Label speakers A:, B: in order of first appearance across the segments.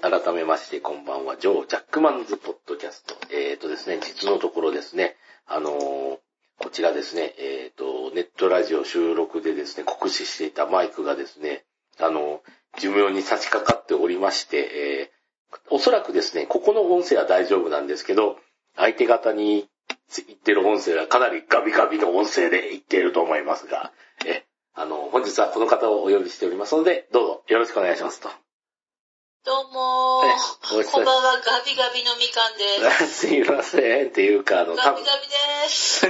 A: 改めましてこんばんは、ジョー・ジャックマンズ・ポッドキャスト。えっ、とですね、実のところですね、あのーこちらですね、えっ、と、ネットラジオ収録でですね、酷使していたマイクがですね、あのー寿命に差し掛かっておりまして、えーおそらくですね、ここの音声は大丈夫なんですけど、相手方に言ってる音声はかなりガビガビの音声で言っていると思いますが、え、あの、本日はこの方をお呼びしておりますので、どうぞよろしくお願いしますと。
B: どうもー
A: えお久し
B: こんばんは、ガビガビのみかんです。
A: すいませんっていうか、あの、
B: ガ
A: 多
B: ビ
A: 分
B: ガビです。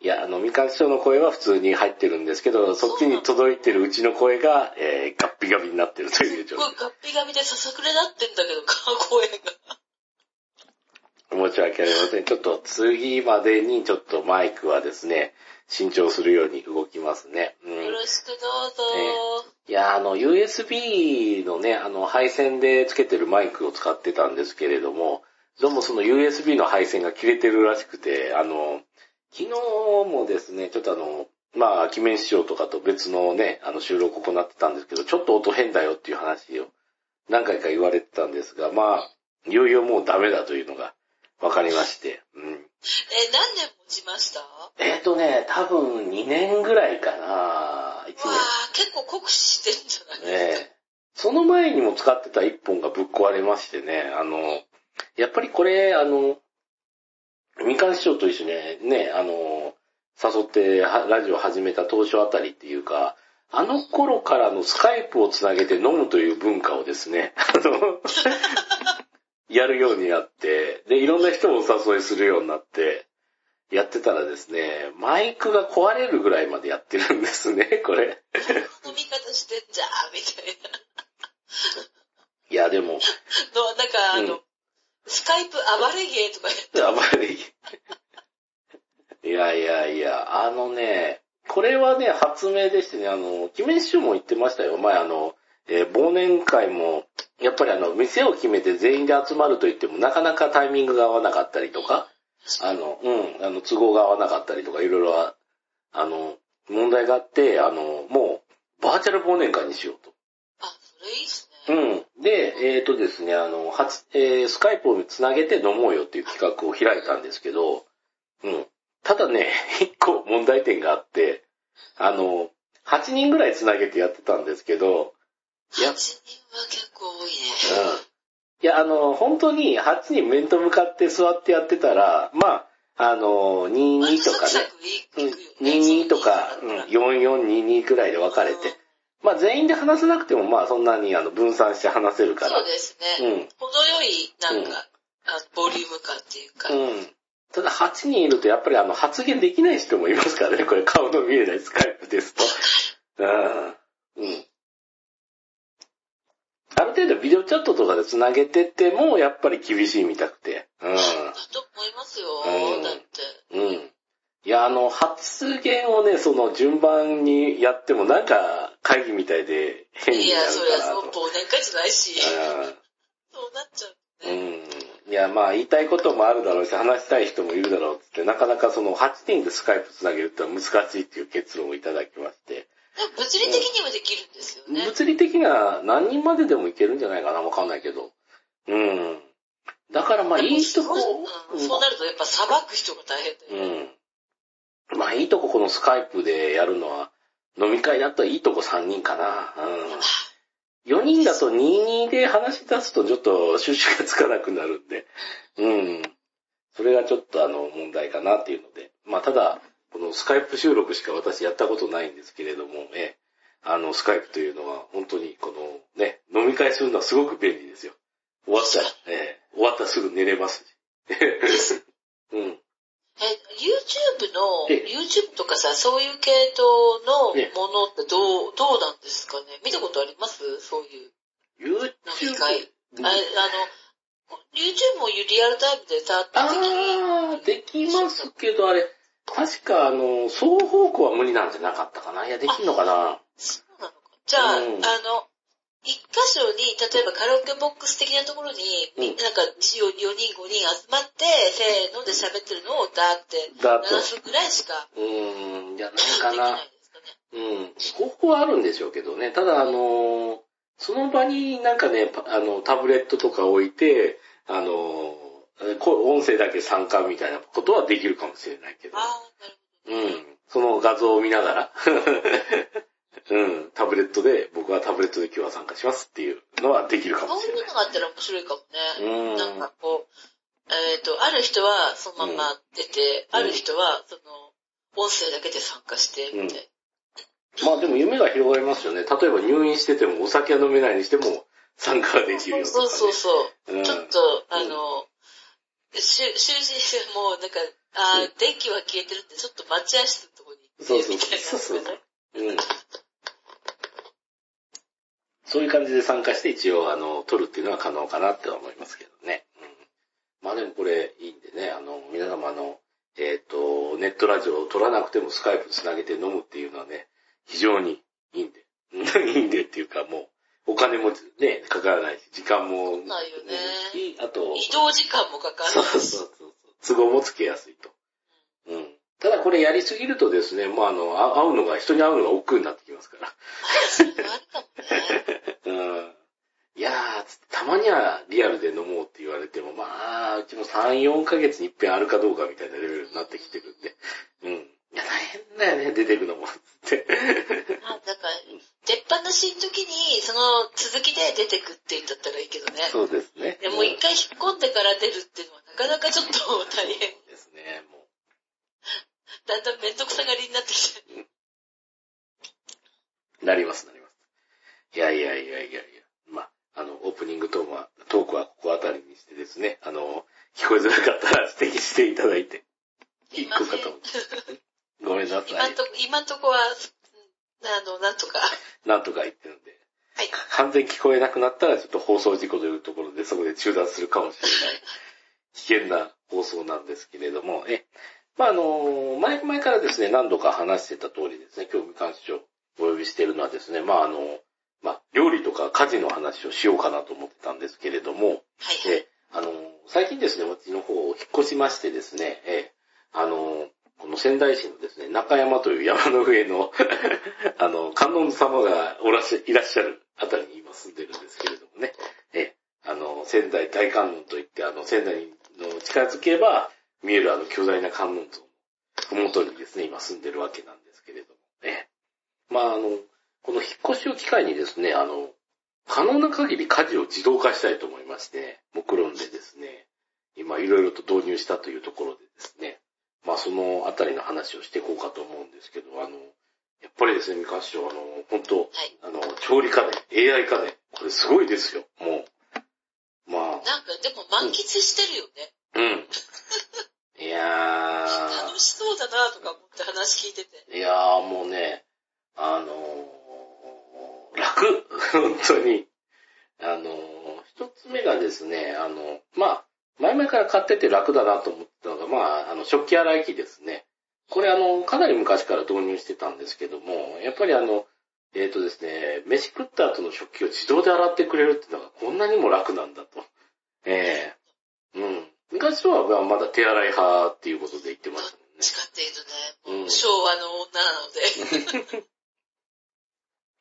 A: いや、あの、みかん師匠の声は普通に入ってるんですけど、そっちに届いてるうちの声が、えー、ガッピガビになってるという
B: す
A: 状
B: っごいガビガビでささくれなってんだけど、声
A: 況。
B: が。
A: 申し訳ありま せん。ちょっと次までにちょっとマイクはですね、新調するように動きますね。うん。
B: よろしくどうぞ
A: いや、あの、USB のね、あの、配線でつけてるマイクを使ってたんですけれども、どうもその USB の配線が切れてるらしくて、あの、昨日もですね、ちょっとあの、まあ、鬼面師匠とかと別のね、あの、収録を行ってたんですけど、ちょっと音変だよっていう話を何回か言われてたんですが、まあ、いよいよもうダメだというのが分かりまして、うん。
B: え、何年持ちましたわ
A: えっ、とね、多分2年ぐらいかな、1年。
B: あ、結構酷使してんじゃない
A: ええその前にも使ってた一本がぶっ壊れましてね、あの、やっぱりこれ、あの、みかん師匠と一緒にね、あの、誘ってはラジオ始めた当初あたりっていうか、あの頃からのスカイプをつなげて飲むという文化をですね、あの、やるようになって、で、いろんな人をお誘いするようになって、やってたらですね、マイクが壊れるぐらいまでやってるんですね、これ。
B: 飲み方してんじゃん、みたいな。
A: いや、でも、
B: の、なんかあの、
A: う
B: スカイプ暴れゲーとかや
A: あまり。いやいやいや、あのね、これはね、発明でしてね、あの、鬼面師匠も言ってましたよ。前あの、えー忘年会も、やっぱりあの、店を決めて全員で集まると言っても、なかなかタイミングが合わなかったりとか、あの、うん、あの、都合が合わなかったりとか、いろいろあ、あの、問題があって、あの、もう、バーチャル忘年会にしようと。
B: あ、それいいっす
A: う
B: ね。
A: ん。で、えっ、とですね、あの、初、えースカイプをつなげて飲もうよっていう企画を開いたんですけど、うん。ただね、 一個問題点があって、あの、8人ぐらいつなげてやってたんですけど、いや
B: 8人は結構多いね。
A: いや、あの、本当に8人面と向かって座ってやってたら、まあ、あの、22とかね
B: サクサ、クいくよね
A: 22とか、
B: そう
A: うん4422くらいで分かれて、まあ全員で話せなくても、まあそんなにあの分散して話せるから、
B: そうですね。
A: うん。
B: 程よい、なんか、
A: うん
B: あのボリューム感っていうか、
A: うん。ただ8人いるとやっぱりあの発言できない人もいますからね。これ 顔の見えないスカイプです と。うん。うん。ある程度ビデオチャットとかで繋げててもやっぱり厳しいみたくて。
B: だと思いますよ、
A: うん
B: だって。
A: うん。うん。いや、あの、発言をね、その順番にやってもなんか会議みたいで変に
B: い
A: なる
B: や、そりゃ
A: かな
B: そう、
A: と。
B: 忘年会じゃないし、
A: うん
B: そうなっちゃうね。
A: うん。いや、まあ、言いたいこともあるだろうし、話したい人もいるだろうっつって、なかなかその8人でスカイプつなげるってのは難しいっていう結論をいただきまして、
B: でも物理的にもできるんですよね。
A: 物理的には何人まででもいけるんじゃないかな、わかんないけど。うん。だからまあ、いいとこ、
B: うんそうなるとやっぱ裁く人が大変だよ。
A: うん。まあ、いいとここのスカイプでやるのは、飲み会だったらいいとこ3人かな。うん。4人だと22で話し出すとちょっと収集がつかなくなるんで。うん。それがちょっとあの問題かなっていうので。まあ、ただ、このスカイプ収録しか私やったことないんですけれども、え、あの、スカイプというのは本当にこのね、飲み会するのはすごく便利ですよ。終わったら、ええ終わったらすぐ寝れますし。 うん。
B: え、YouTube の、
A: ええ
B: YouTube とかさ、そういう系統の
A: ええ
B: ものってどう、どうなんですかね見たことありますそういう。
A: YouTube?
B: 飲み会ああの、YouTube もリアルタイムでさ、
A: あ
B: 時に、
A: ー、できますけど、あれ、確かあの、双方向は無理なんじゃなかったかな。いや、できんのかな。
B: そうなのか。じゃあ、
A: うん
B: あの、一箇所に、例えばカラオケボックス的なところに、み
A: うん
B: なんか一応4人5人集まって、せーので喋ってるのをダーって
A: だと。
B: 流すぐらいしか
A: うーん、じゃない
B: でき
A: か
B: な
A: な。
B: いですかね。
A: うん。方法はあるんでしょうけどね。ただ、あのーその場になんかね、パあの、タブレットとか置いて、あの、こ音声だけ参加みたいなことはできるかもしれないけど
B: あ。あ、なる
A: うん。その画像を見ながら、 うん、タブレットで、僕はタブレットで今日は参加しますっていうのはできるか
B: ほ
A: も
B: ど。
A: し
B: そう
A: れ
B: い
A: な
B: うのがあったら面白いかもね。
A: い。
B: なんかこう、えっ、と、ある人はそのまま出て、
A: うん
B: ある人はその、音声だけで参加して、みたい
A: うん。まあでも夢が広がりますよね。例えば入院しててもお酒は飲めないにしても参加がで
B: な。
A: きるよとか、
B: そう
A: ね。
B: そうそう。
A: うん
B: ちょっと、あの、しゅ囚人もうなんか、あー電気は消えてるって、ちょっと待合室のとこに行
A: そう
B: って、
A: そう
B: みたい
A: そ
B: な。
A: うそううん。そういう感じで参加して一応、あの、撮るっていうのは可能かなって思いますけどね。うん。まあでもこれいいんでね、あの、皆様あの、えっ、と、ネットラジオを撮らなくてもスカイプつなげて飲むっていうのはね、非常にいいんで。 うんいいんでっていうかもう、お金もね、かからないし、時間も、
B: ないよね
A: しあと、
B: 移動時間もかかる。
A: そうそうそうそう。都合もつけやすいと。うん。ただこれやりすぎるとですね、もうあの、あ会うのが、人に会うのが億劫になってきますから。
B: それもあるかもね。
A: うん。いやー、つってたまにはリアルで飲もうって言われても、まあ、うちも3、4ヶ月に一遍あるかどうかみたいなレベルになってきてるんで。うん。いや、大変だよね、出てくのも。つって。
B: あなんか、出っ放しの時に、その続きで出てくって言ったったらいいけどね。
A: そうですね。
B: でもう一
A: ん
B: 回引っ込んでから出るっていうのはなかなかちょっと大変。
A: ですね、もう。
B: だんだんめんどくさがりになってきて。
A: なります、なります。いやいやいやいやいや。まあ、あの、オープニングトークは、トークはここあたりにしてですね、あの、聞こえづらかったら指摘していただいて。一個かと思って。ごめんなさ
B: 今んとこ、今んとこは、うんあの、なんとか。
A: い。なんとか言ってるんで。
B: はい。
A: 完全に聞こえなくなったら、ちょっと放送事故というところで、そこで中断するかもしれない。危険な放送なんですけれども、え、まあ、あの、前々からですね、何度か話してた通りですね、興味関心をお呼びしているのはですね、まあ、あの、まあ、料理とか家事の話をしようかなと思ってたんですけれども、
B: はいはい。
A: え、あの、最近ですね、私の方を引っ越しましてですね、え、あの、この仙台市のですね、中山という山の上の、 あの、観音様がおらしいらっしゃるあたりに今住んでるんですけれどもね、え、あの、仙台大観音といって、あの、仙台の近づけば見えるあの巨大な観音像の麓にですね、今住んでるわけなんですけれどもね。まあ、あの、この引っ越しを機会にですね、あの、可能な限り家事を自動化したいと思いまして、目論んでですね、今いろいろと導入したというところでですね、まあそのあたりの話をしていこうかと思うんですけど、あの、やっぱりですね、三河市長、あの、本当
B: はい。
A: あの、調理家電、AI 家電、これすごいですよ、もう。まあ、
B: なんか、でも満喫してるよね。
A: うん。いやー。
B: 楽しそうだなとか思って話聞いてて。
A: いやーもうね、あのー楽 本当に。あのー一つ目がですね、あの、まあ、前々から買ってて楽だなと思ってたのが、まあ、あの、食器洗い機ですね。これあの、かなり昔から導入してたんですけども、やっぱりあの、えっ、とですね、飯食った後の食器を自動で洗ってくれるっていうのがこんなにも楽なんだと。ええうん。昔はまあまだ手洗い派っていうことで言ってましたもんね。
B: 誓っているね、
A: うん
B: 昭和の女なので。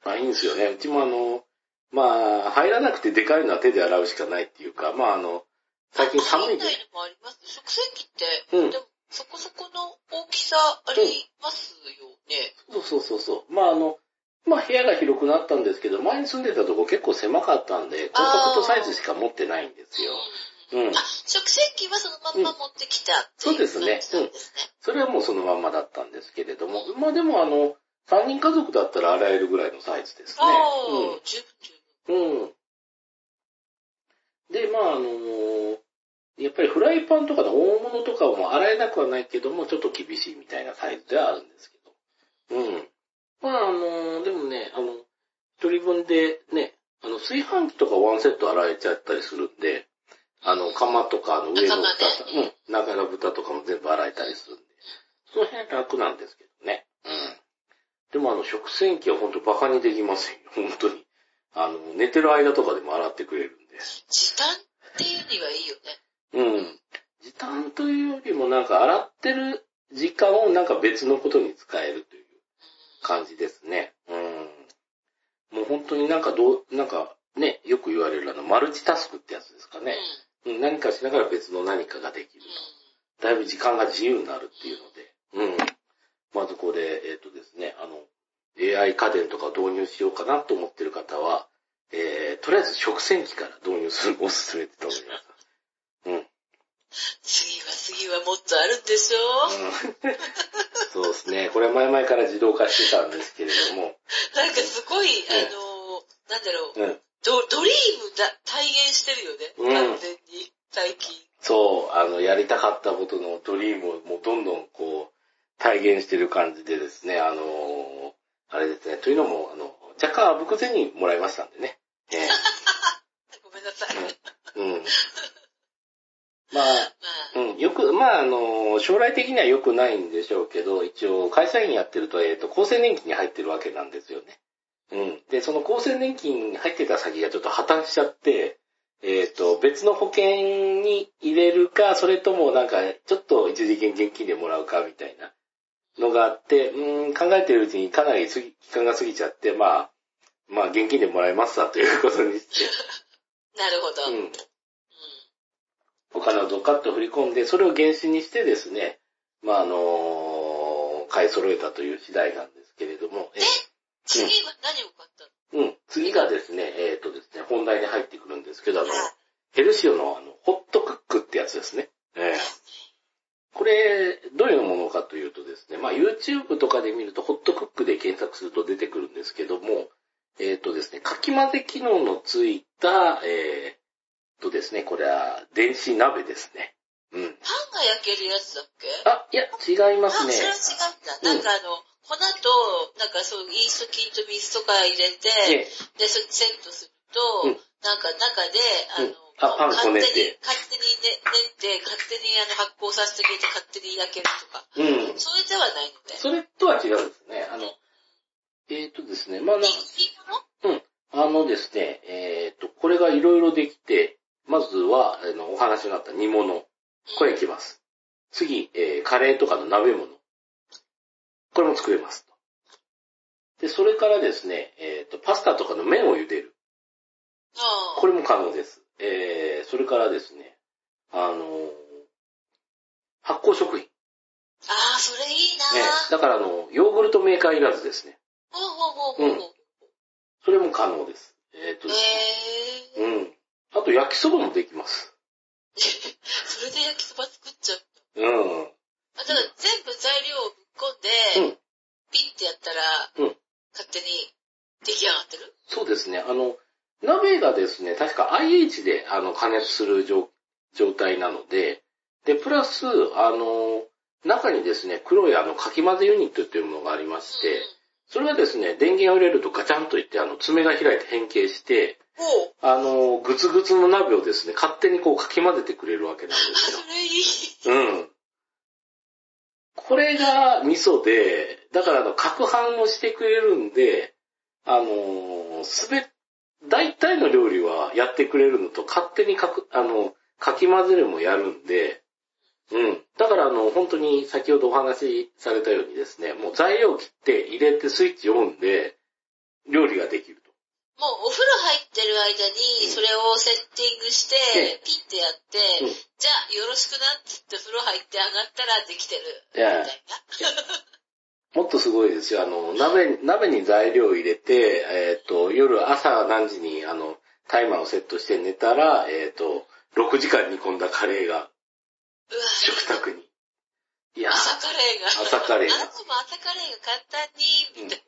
A: まあいいんですよね。うちもあの、まあ、入らなくてでかいのは手で洗うしかないっていうか、まああの、最近寒いんで
B: 海外にもあります。食洗機って、
A: うん
B: でも、そこそこの大きさありますよね。
A: そうそうそうそう。まああの、まあ部屋が広くなったんですけど、前に住んでたとこ結構狭かったんで、コンパクトサイズしか持ってないんですよ。うん
B: あ、。食洗機はそのまんま持ってきたっていう
A: うんそうですね
B: 感じなんですね。
A: それはもうそのまんまだったんですけれども、まあでもあの、3人家族だったら洗えるぐらいのサイズですね。
B: ああ、十分十分。
A: うん。で、まああのやっぱりフライパンとかの大物とかも洗えなくはないけども、ちょっと厳しいみたいなサイズではあるんですけど。うん。まああのでもね、あの、一人分でね、あの、炊飯器とかワンセット洗えちゃったりするんで、あの、釜とかあの上の
B: 釜
A: 蓋
B: ね
A: とか、うん、中の蓋とかも全部洗えたりするんで、その辺楽なんですけどね。うん。でもあの、食洗機はほんとバカにできませんよ、本当に。あの、寝てる間とかでも洗ってくれるんで。
B: 時短っていうにはいいよね。
A: うん。時短というよりもなんか洗ってる時間をなんか別のことに使えるという感じですね。うん。もう本当になんかどう、なんかね、よく言われるあの、マルチタスクってやつですか
B: うん。う
A: ね
B: ん。。
A: うん何かしながら別の何かができる。だいぶ時間が自由になるっていうので、うん。まずこれ、えっ、とですね、あの、AI 家電とかを導入しようかなと思ってる方は、えー、とりあえず食洗機から導入するのをおすすめってと思います。うん。
B: 次は次はもっとあるんでしょ
A: うんそうですね。これ前々から自動化してたんですけれども、
B: なんかすごい、あ
A: ええ
B: の、なんだろ
A: う
B: う、
A: ん。
B: ドドリームだ、体現してるよね。
A: うん
B: 完全に。最近。
A: そう、あの、やりたかったことのドリームをもうどんどんこう、体現してる感じでですね、あのーあれですね。というのも、あの、若干あぶく銭もらいましたんでね。ええ
B: ごめんなさい。
A: う
B: ま
A: んうん。まあ、
B: あ、
A: うん、よく、まあ、あの、将来的には良くないんでしょうけど、一応、会社員やってると、えっ、と、厚生年金に入ってるわけなんですよね。うん。で、その厚生年金に入ってた先がちょっと破綻しちゃって、えっ、と、別の保険に入れるか、それともなんか、ちょっと一時金現金でもらうか、みたいなのがあって、うん、考えてるうちにかなり過ぎ期間が過ぎちゃって、まあ、まあ、現金でもらえますわ、ということにして、
B: なるほど。
A: う
B: うん。
A: ん。お金をドカッと振り込んで、それを原資にしてですね、まあ、あの買い揃えたという次第なんですけれども、え
B: 次は何を買ったの
A: うん、次がですね、えっ、とですね、本題に入ってくるんですけど、あの、ヘルシオのあの、ホットクックってやつですね。ええこれ、どういうものかというとですね、まあ YouTube とかで見ると、ホットクックで検索すると出てくるんですけども、えっ、とですね、かき混ぜ機能のついた、えー、とですね、これは、電子鍋ですね。うん。
B: パンが焼けるやつだっけ
A: あ、いや、違いま
B: あ、
A: す
B: そ
A: ね。
B: れは違うんだ。なんかあの、粉と、なんかそう、イースト菌と水とか入れ
A: え
B: て、
A: え
B: で、それセットする
A: う
B: と、
A: ん
B: なんか中で、あの、
A: うんあパン
B: 勝
A: こね
B: 手に、
A: て
B: 勝手にね、練って、勝手にあの発酵させてくれて、勝手に焼けるとか。
A: うん。
B: それではないので。
A: それとは違うんですね。あの、えっ、とですね、まあなんか
B: いいもの
A: あのですね、えっ、と、これがいろいろできて、まずは、あの、お話のあった煮物。これいきます。次、えーカレーとかの鍋物。これも作れます。で、それからですね、えっ、と、パスタとかの麺を茹でる。
B: ああ
A: これも可能です。えー、それからですね、あのー発酵食品。ね、
B: ああ、それいいなぁ。
A: だからあの、ヨーグルトメーカーいらずですね。
B: ほうほうほうほう。
A: それも可能です。えっ、と
B: へ、えー。
A: うん。あと、焼きそばもできます。
B: それで焼きそば作っちゃう。
A: うん。
B: あ、ただ全部材料をぶっこん
A: う
B: で、
A: ん
B: ピッてやったら、
A: うん
B: 勝手に出来上がってる
A: そうですね。あの、鍋がですね、確か IH であの加熱する状状態なので、で、プラス、あの、中にですね、黒いあの、かき混ぜユニットというものがありまして、それがですね、電源を入れるとガチャンといって、あの、爪が開いて変形して、
B: うんおう
A: あの、グツグツの鍋をですね、勝手にこう、かき混ぜてくれるわけなんで
B: あ、
A: すよ
B: そ。れいい。
A: うん。これが味噌で、だからあの、攪拌をしてくれるんで、あの、すべ、大体の料理はやってくれるのと、勝手にかく、あの、かき混ぜるもやるんで、うん。だからあの、本当に先ほどお話しされたようにですね、もう材料切って入れてスイッチオンで、料理ができると。
B: もうお風呂入ってる間に、
A: うん
B: それをセッティングして、
A: え
B: ピッてやって、
A: うん
B: じゃあよろしくなって言って風呂入って上がったらできてる。
A: いや
B: みたいな。
A: もっとすごいですよ。あの、鍋、鍋に材料を入れて、えっ、と、夜朝何時に、あの、タイマーをセットして寝たら、えっ、と、6時間煮込んだカレーが
B: うわ
A: 食卓に。いやー
B: 朝カレーが。
A: 朝カレーが
B: あなたも朝カレーが簡単に、みたい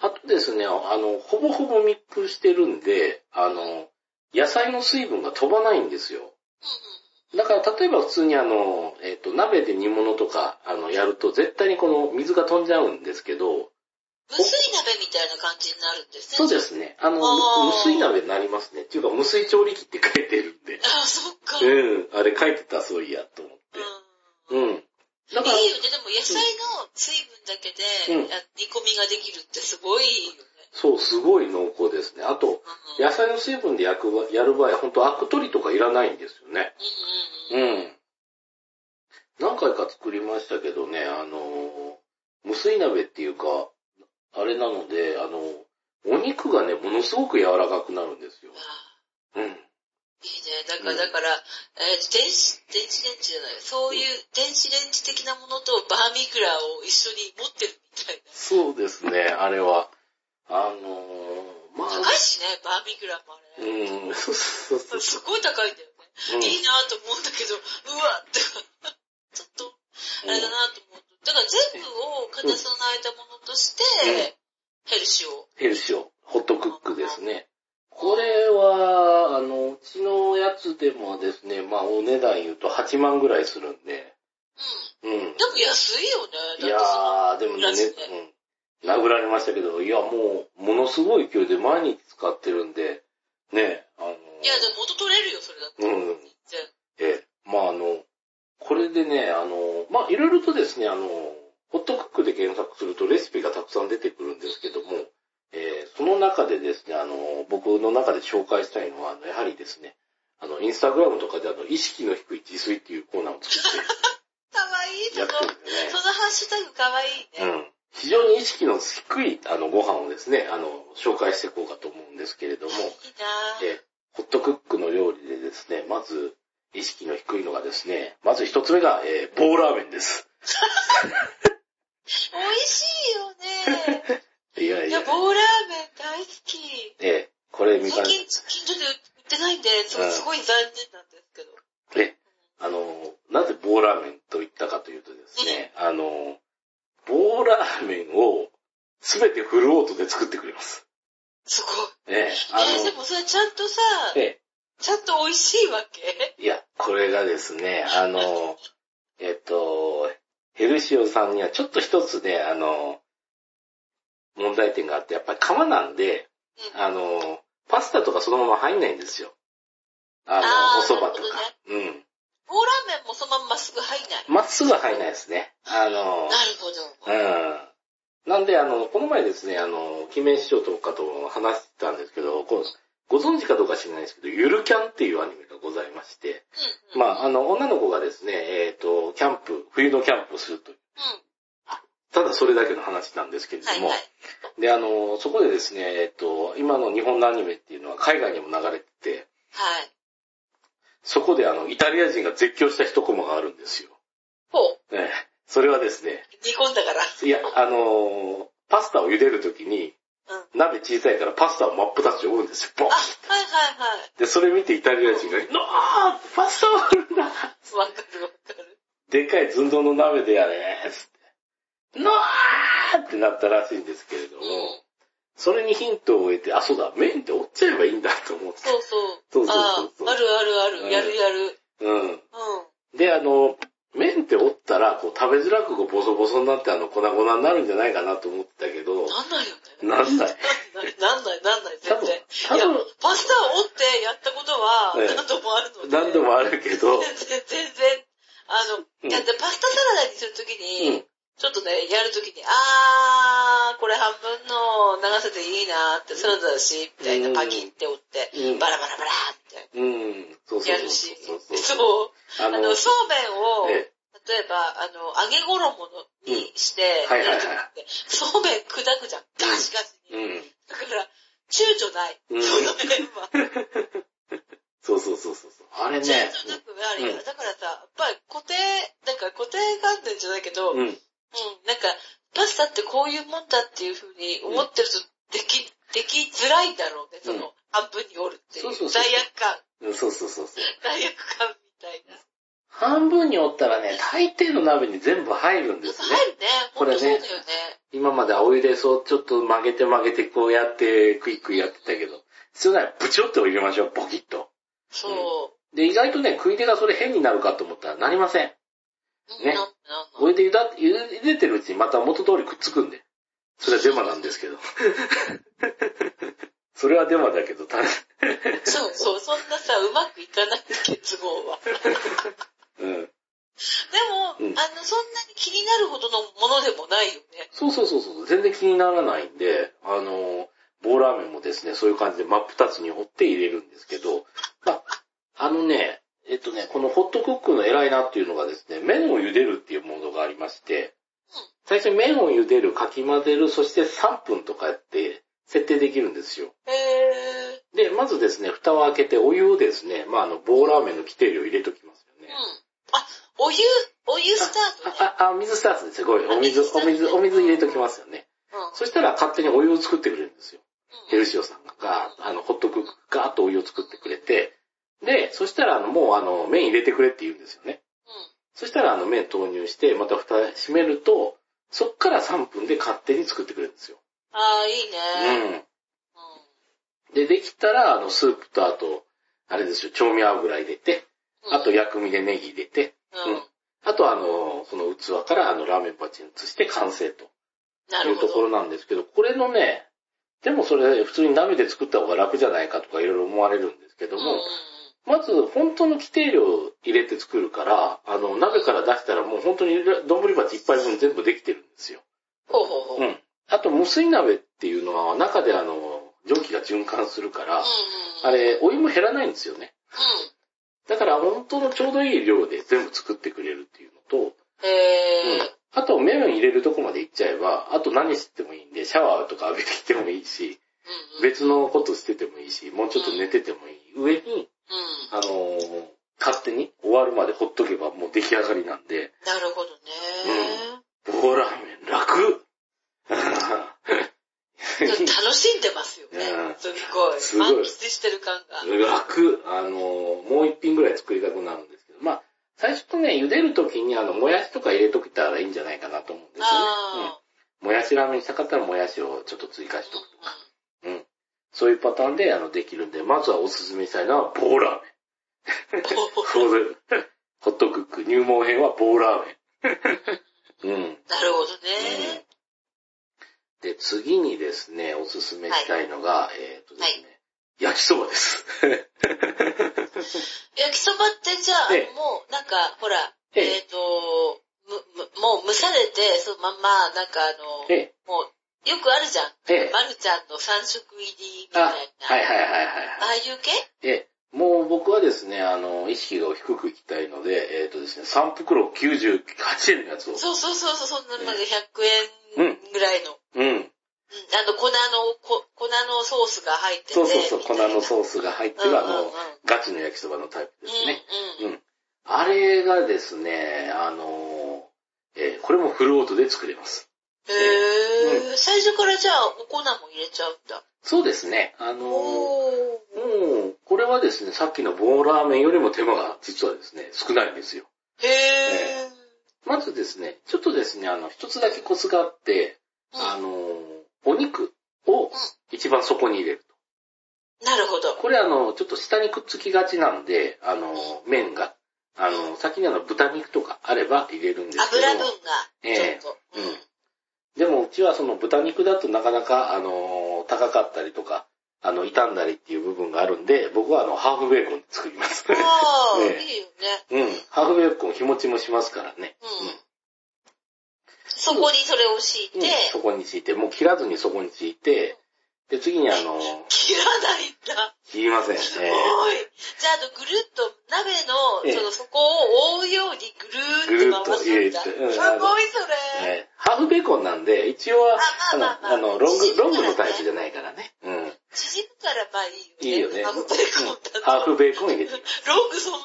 B: な。
A: あとですね、あの、ほぼほぼ密封してるんで、あの、野菜の水分が飛ばないんですよ。だから、例えば普通にあの、えっ、と、鍋で煮物とか、あの、やると、絶対にこの水が飛んじゃうんですけど、
B: 無水鍋みたいな感じになるんですね。
A: そうですね。あの、無
B: あー
A: 無水鍋になりますね。っていうか、無水調理器って書いてるんで。
B: あ、そっか。うん。いいよね。
A: うん。あれ書いてた、そういや、と思って。うん。だから、
B: でも野菜の水分だけで、
A: うん
B: あ煮込みができるってすごいよね。
A: そう、すごい濃厚ですね。あと、
B: うんうん。
A: 野菜の水分で焼くば、やる場合、ほんとアク取りとかいらないんですよね。
B: うんうんうん。
A: うん。何回か作りましたけどね、あのー、無水鍋っていうか、あれなので、あのー、お肉がね、ものすごく柔らかくなるんですよ
B: あ。あ
A: うん。
B: いいね。なんか、
A: うん
B: だから、えー電子、電子レンジじゃない。そういう電子レンジ的なものとバーミクラを一緒に持ってるみたいな。
A: そうですね、あれは。あのー、ま
B: 高い
A: あ、
B: しね、バーミクラもあ れ。
A: うん、そうそうそうそ
B: すごい高いんだよね。
A: う。うん
B: いいなぁと思うんだけど、う わって。ちょっと、あれだなぁと思う。だから全部を兼ね備えたものとして、ヘルシーを。
A: ヘルシオ、ホットクックですね。これは、あの、うちのやつでもですね、まあお値段言うと8万ぐらいするんで、
B: う
A: うん
B: ん。。でも安いよね。
A: い
B: だってその、
A: やー、でもね、
B: ラスね
A: うん、殴られましたけど、いや、もう、ものすごい勢いで毎日使ってるんで、ね、あの、
B: いや、でも元取れるよ、それだって。
A: うん
B: 全然
A: ええ、まああの、これでね、あの、まあいろいろとですね、あの、ホットクックで検索するとレシピがたくさん出てくるんですけども、えーその中でですね、あの、僕の中で紹介したいのは、あのやはりですね、あの、インスタグラムとかであの、意識の低い自炊っていうコーナーを作っ
B: かわいい、
A: て
B: そ
A: や
B: の、
A: ってるんでね。
B: そのハッシュタグかわいい
A: う
B: ね。
A: ん非常に意識の低い、あの、ご飯をですね、あの、紹介していこうかと思うんですけれども、
B: いいなぁ。
A: え、ホットクックの料理でですね、まず、意識の低いのがですね、まず一つ目が、えー棒ラーメン です。
B: 美味しいよ ね。
A: いや
B: い
A: い
B: や、
A: や、
B: 棒ラーメン大好き。
A: えーこれ見か
B: 最
A: ね、
B: 近、近所で売ってないんで、そう
A: うん
B: すごい残念なんですけど。
A: え、あのー、なぜ棒ラーメンと言ったかというとですね、あのー、棒ラーメンをすべてフルオートで作ってくれます。
B: すごい。
A: えーあ
B: えー、で
A: の、
B: もそれちゃんとさ、
A: え
B: ちゃんと美味しいわけ
A: ーいや、これがですね、あ のー、えっと、ヘルシオさんにはちょっと一つね、あの、問題点があって、やっぱり釜なんで、
B: うん。
A: あの、パスタとかそのまま入んないんですよ。あの、
B: あー
A: お蕎麦と
B: なる
A: か。
B: 棒ラーメンもそのまんまっすぐ入んない。
A: うん。まっすぐは入んないですね。あの
B: な、るほど。
A: うん。なんで、あの、この前ですね、あの、金明師匠とかと話してたんですけど、こうご存知かどうか知らないですけど、ゆるキャンっていうアニメがございまして、
B: うん、うん。
A: まあ、あの、女の子がですね、えっ、と、キャンプ、冬のキャンプをするという
B: う
A: ただそれだけの話なんですけれ
B: ん。
A: ど
B: はい
A: も、
B: はい。
A: で、あの、そこでですね、えっと、今の日本のアニメっていうのは海外にも流れてて、
B: はい。
A: そこであの、イタリア人が絶叫した一コマがあるんですよ。
B: ほう。
A: ええそれはですね、
B: 煮込んだから。
A: いや、あの、パスタを茹でるときに、
B: うん。
A: 鍋小さいからパスタを真っ二つに折るんですよ、ボン
B: あ、はいはいはい。
A: で、それ見てイタリア人が、なあパスタを折るんだ
B: わかるわかる。
A: でかい寸胴の鍋でやれーっつって、なあってなったらしいんですけれども、それにヒントを得て、あ、そうだ、麺って折っちゃえばいいんだと思って。
B: そうそう。
A: そうそうそうそう
B: ああ、あるあるあ
A: うん
B: る。やるやる。
A: うん。
B: うん。
A: で、あの、麺って折ったら、こう食べづらくこうボソボソになって、あの、粉々になるんじゃないかなと思ってたけど、
B: なんないよね。
A: なんない。
B: なんない、なんない、
A: 多
B: 全
A: 分
B: 然。、
A: 多
B: いや
A: 分、、
B: パスタを折ってやったことは
A: ええ
B: 何度もあるので。
A: 何度
B: も。
A: もあるけど、
B: 全然、全然。あの、
A: うん
B: だってパスタサラダにするとき
A: う
B: に
A: ん、
B: ちょっとね、やるときに、あー、これ半分の長さでいいなーって、サラダだし、みたいな、
A: うん
B: パキンって折って、
A: うん
B: バラバラバラーみたい
A: うん、そうそう
B: な、や
A: そう
B: るし。
A: そうそうそう。
B: そう。
A: あ
B: あの、そうめんを、
A: ええ
B: 例えば、あの、揚げ衣のにして、
A: うんはいはいはい
B: やる時ってそうめん砕くじゃん。ガシガシ
A: う
B: に。
A: ん、
B: だから、躊躇ない。
A: うん
B: その麺は。
A: そうそうそうそうそう。あれね
B: 躊、躇なくあるよ
A: うん
B: だからさ、やっぱり固定、なんか固定観念じゃないけど、うん、
A: うん、
B: なんか、パスタってこういうもんだっていうふうに思ってると、でき、できづらいんだろうね、その、
A: うん
B: 半分に折るっていう。
A: そうそうそう
B: 罪悪感、
A: うん、そうそうそうそう。
B: 罪悪感みたいな。
A: 半分に折ったらね、大抵の鍋に全部入るんで
B: なんか
A: すね。
B: 入るね。
A: これね
B: ほんとそうだよね。
A: 今まで青入れそう、ちょっと曲げて曲げてこうやって、クイックイやってたけど、必要ならブチョって入れましょう、ボキッと。
B: そう。
A: で、意外とね、食い手がそれ変になるかと思ったらなりません。
B: うん
A: ね
B: なんなんなん
A: これで茹だ、茹でてるうちにまた元通りくっつくんで。それはデマなんですけど。それはデマだけど、た
B: そうそう、そんなさ、うまくいかない結合 は。で
A: うん。うん
B: も、あの、そんなに気になるほどのものでもないよね。
A: そうそうそうそう、全然気にならないんで、あの、棒ラーメンもですね、そういう感じで真っ二つに折って入れるんですけど、ああのね、えっとね、このホットクックの偉いなっていうのがですね、麺を茹でるっていうものがありまして、最初に麺を茹でる、かき混ぜる、そして3分とかやって、設定できるんですよ。
B: へえ。
A: で、まずですね、蓋を開けてお湯をですね、まあ、あの、棒ラーメンの規定量入れときますよ
B: うん
A: ね。。
B: あ、お湯、お湯スタートね。
A: あ、あ、あ、水スタートです。ごめん。お水、お水、お水入れときますよね。
B: うん。うん
A: そしたら勝手にお湯を作ってくれるんですよ。ヘルシオさんが、
B: うん
A: あの、ホットクックガーッとお湯を作ってくれて、で、そしたら、あの、もう、あの、麺入れてくれって言うんですよね。そしたら、あの、麺投入して、また蓋閉めると、そっから3分で勝手に作ってくれるんですよ。
B: ああ、いいね。
A: うん。
B: うん。
A: で、できたら、あの、スープと、あと、あれですよ、調味油入れて、
B: うん
A: あと、、薬味でネギ入れて、
B: う
A: うん
B: ん。
A: あと、あの、その器から、あの、ラーメンパッチに移して完成と
B: ないる
A: う
B: ほど。
A: ところなんですけど、これのね、でもそれ、普通に鍋で作った方が楽じゃないかとか、いろいろ思われるんですけども、
B: う
A: まず、本当の規定量入れて作るから、あの、鍋から出したらもう本当に丼鉢一杯分全部できてるんですよ。
B: んうんうん。ほうほうほう。うん
A: う
B: うん
A: ん。あと、無水鍋っていうのは、中であの、蒸気が循環するから、あれ、お湯も減らないんですよね。だから、本当のちょうどいい量で全部作ってくれるっていうのと、
B: うん。へ
A: うん
B: え。
A: あと、麺を入れるとこまで行っちゃえば、あと何してもいいんで、シャワーとか浴びてきてもいいし、
B: うん。
A: 別のことしててもいいし、もうちょっと寝ててもいい。上に、
B: うん。
A: あのー勝手に終わるまでほっとけばもう出来上がりなんで、
B: なるほどね。
A: 棒ラーメン楽
B: 楽しんでますよね
A: うん。
B: すっご
A: す
B: い。
A: ごい
B: 満喫してる感が。うん。
A: 楽、あのーもう一品ぐらい作りたくなるんですけど、まあ、最初とね、茹でるときにあの、もやしとか入れときたらいいんじゃないかなと思うんですよね。
B: あ
A: うん、もやしラーメンにしたかったらもやしをちょっと追加しとくとか。
B: あ。
A: うん。そういうパターンで、あの、できるんで、まずはおすすめしたいのは、棒ラーメン。そうです。 ホットクック入門編は棒ラーメン。うん。
B: なるほど
A: うん
B: ね。
A: で、次にですね、おすすめしたいのが、えっ、とですね、焼きそばです。
B: 焼きそばってじゃあ
A: ええ、
B: もう、なんか、ほら、
A: え
B: えっと、むむもう蒸されて、そのまんま、なんかあの、
A: ええ、
B: もう、よくあるじゃん。
A: ええ、
B: まるちゃんの三色入りみ
A: あ、
B: た
A: はいい
B: な。
A: はいはいはい
B: あ
A: はい。
B: あいう系
A: ええ、もう僕はですね、あの、意識を低くいきたいので、えっ、とですね、3袋98円のやつを。
B: そうそうそう、そうそんな、まだ
A: え
B: 100円ぐらいの。
A: うん。
B: うんあの、粉の、こ粉のソースが入ってて。
A: そうそうそう、
B: み
A: 粉
B: たいな
A: のソースが入って
B: うん
A: る、
B: うんうん
A: あの、ガチの焼きそばのタイプですね。
B: うんうん。
A: あれがですね、あのー、えーこれもフルオートで作れます。
B: へえ、最初からじゃあお粉も入れちゃうんだ。
A: そうですね。あのー、も
B: おー。
A: う、これはですね、さっきの棒ラーメンよりも手間が実はですね、少ないんですよ。
B: へえ。
A: まずですね、ちょっとですね、あの、一つだけコツがあって、
B: うん
A: あのー、お肉を一番底に入れると。
B: なるほど。
A: これあの、ちょっと下にくっつきがちなんで、あのー、麺が。あのー、先にあの、豚肉とかあれば入れるんですけど。
B: 油分が、ちょっと。
A: ええうんでもうちはその豚肉だとなかなか、あのー高かったりとか、あの、傷んだりっていう部分があるんで、僕はあの、ハーフベーコンで作ります。
B: ああ、
A: ええ
B: いいよね。
A: うん。ハーフベーコン日持ちもしますからね。
B: うん。そこにそれを敷いて、
A: うんそこに敷いて、もう切らずにそこに敷いて、で、次にあのー
B: 切らないんだ。
A: 切りませんね。
B: すごい。じゃあ、あの、ぐるっと鍋
A: ええ
B: の、その、そこを覆うようにぐるーっと回すんだ。
A: ぐ
B: す
A: る
B: ご
A: ーっと入れ
B: い
A: て
B: それ。
A: ねハーフベーコンなんで、一応は、
B: あまあま
A: あ
B: あまあ
A: の、あのロング、ロングのタイプじ
B: 縮
A: ゃないからね。うん。
B: むからまあいいよね。
A: いいよね
B: ハーフベーコンだと
A: ハーフベーコン入れて。
B: ロングそのま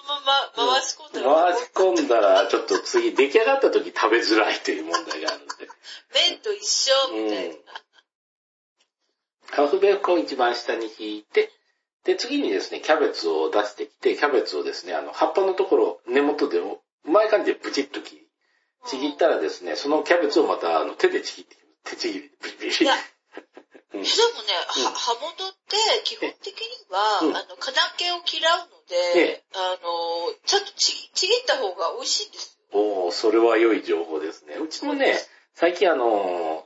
B: ま回し込んだら、
A: 回し込んだら、ちょっと次、出来上がった時食べづらいという問題があるんで。
B: 麺と一緒みたいな。
A: うんハーフベーコンを一番下に引いて、で、次にですね、キャベツを出してきて、キャベツをですね、あの、葉っぱのところ、根元で、うまい感じでブチッと切り、ちぎったらですね、そのキャベツをまた、あの、手でちぎって、手ちぎり、ブリブリ。
B: いや
A: うん
B: えでもね、は刃物って基本的には、
A: うん
B: あの、金気を嫌うの
A: え
B: で、あの、ちゃんとちぎちぎった方が美味しいんです
A: おー、それは良い情報ですね。うちもね、最近あのー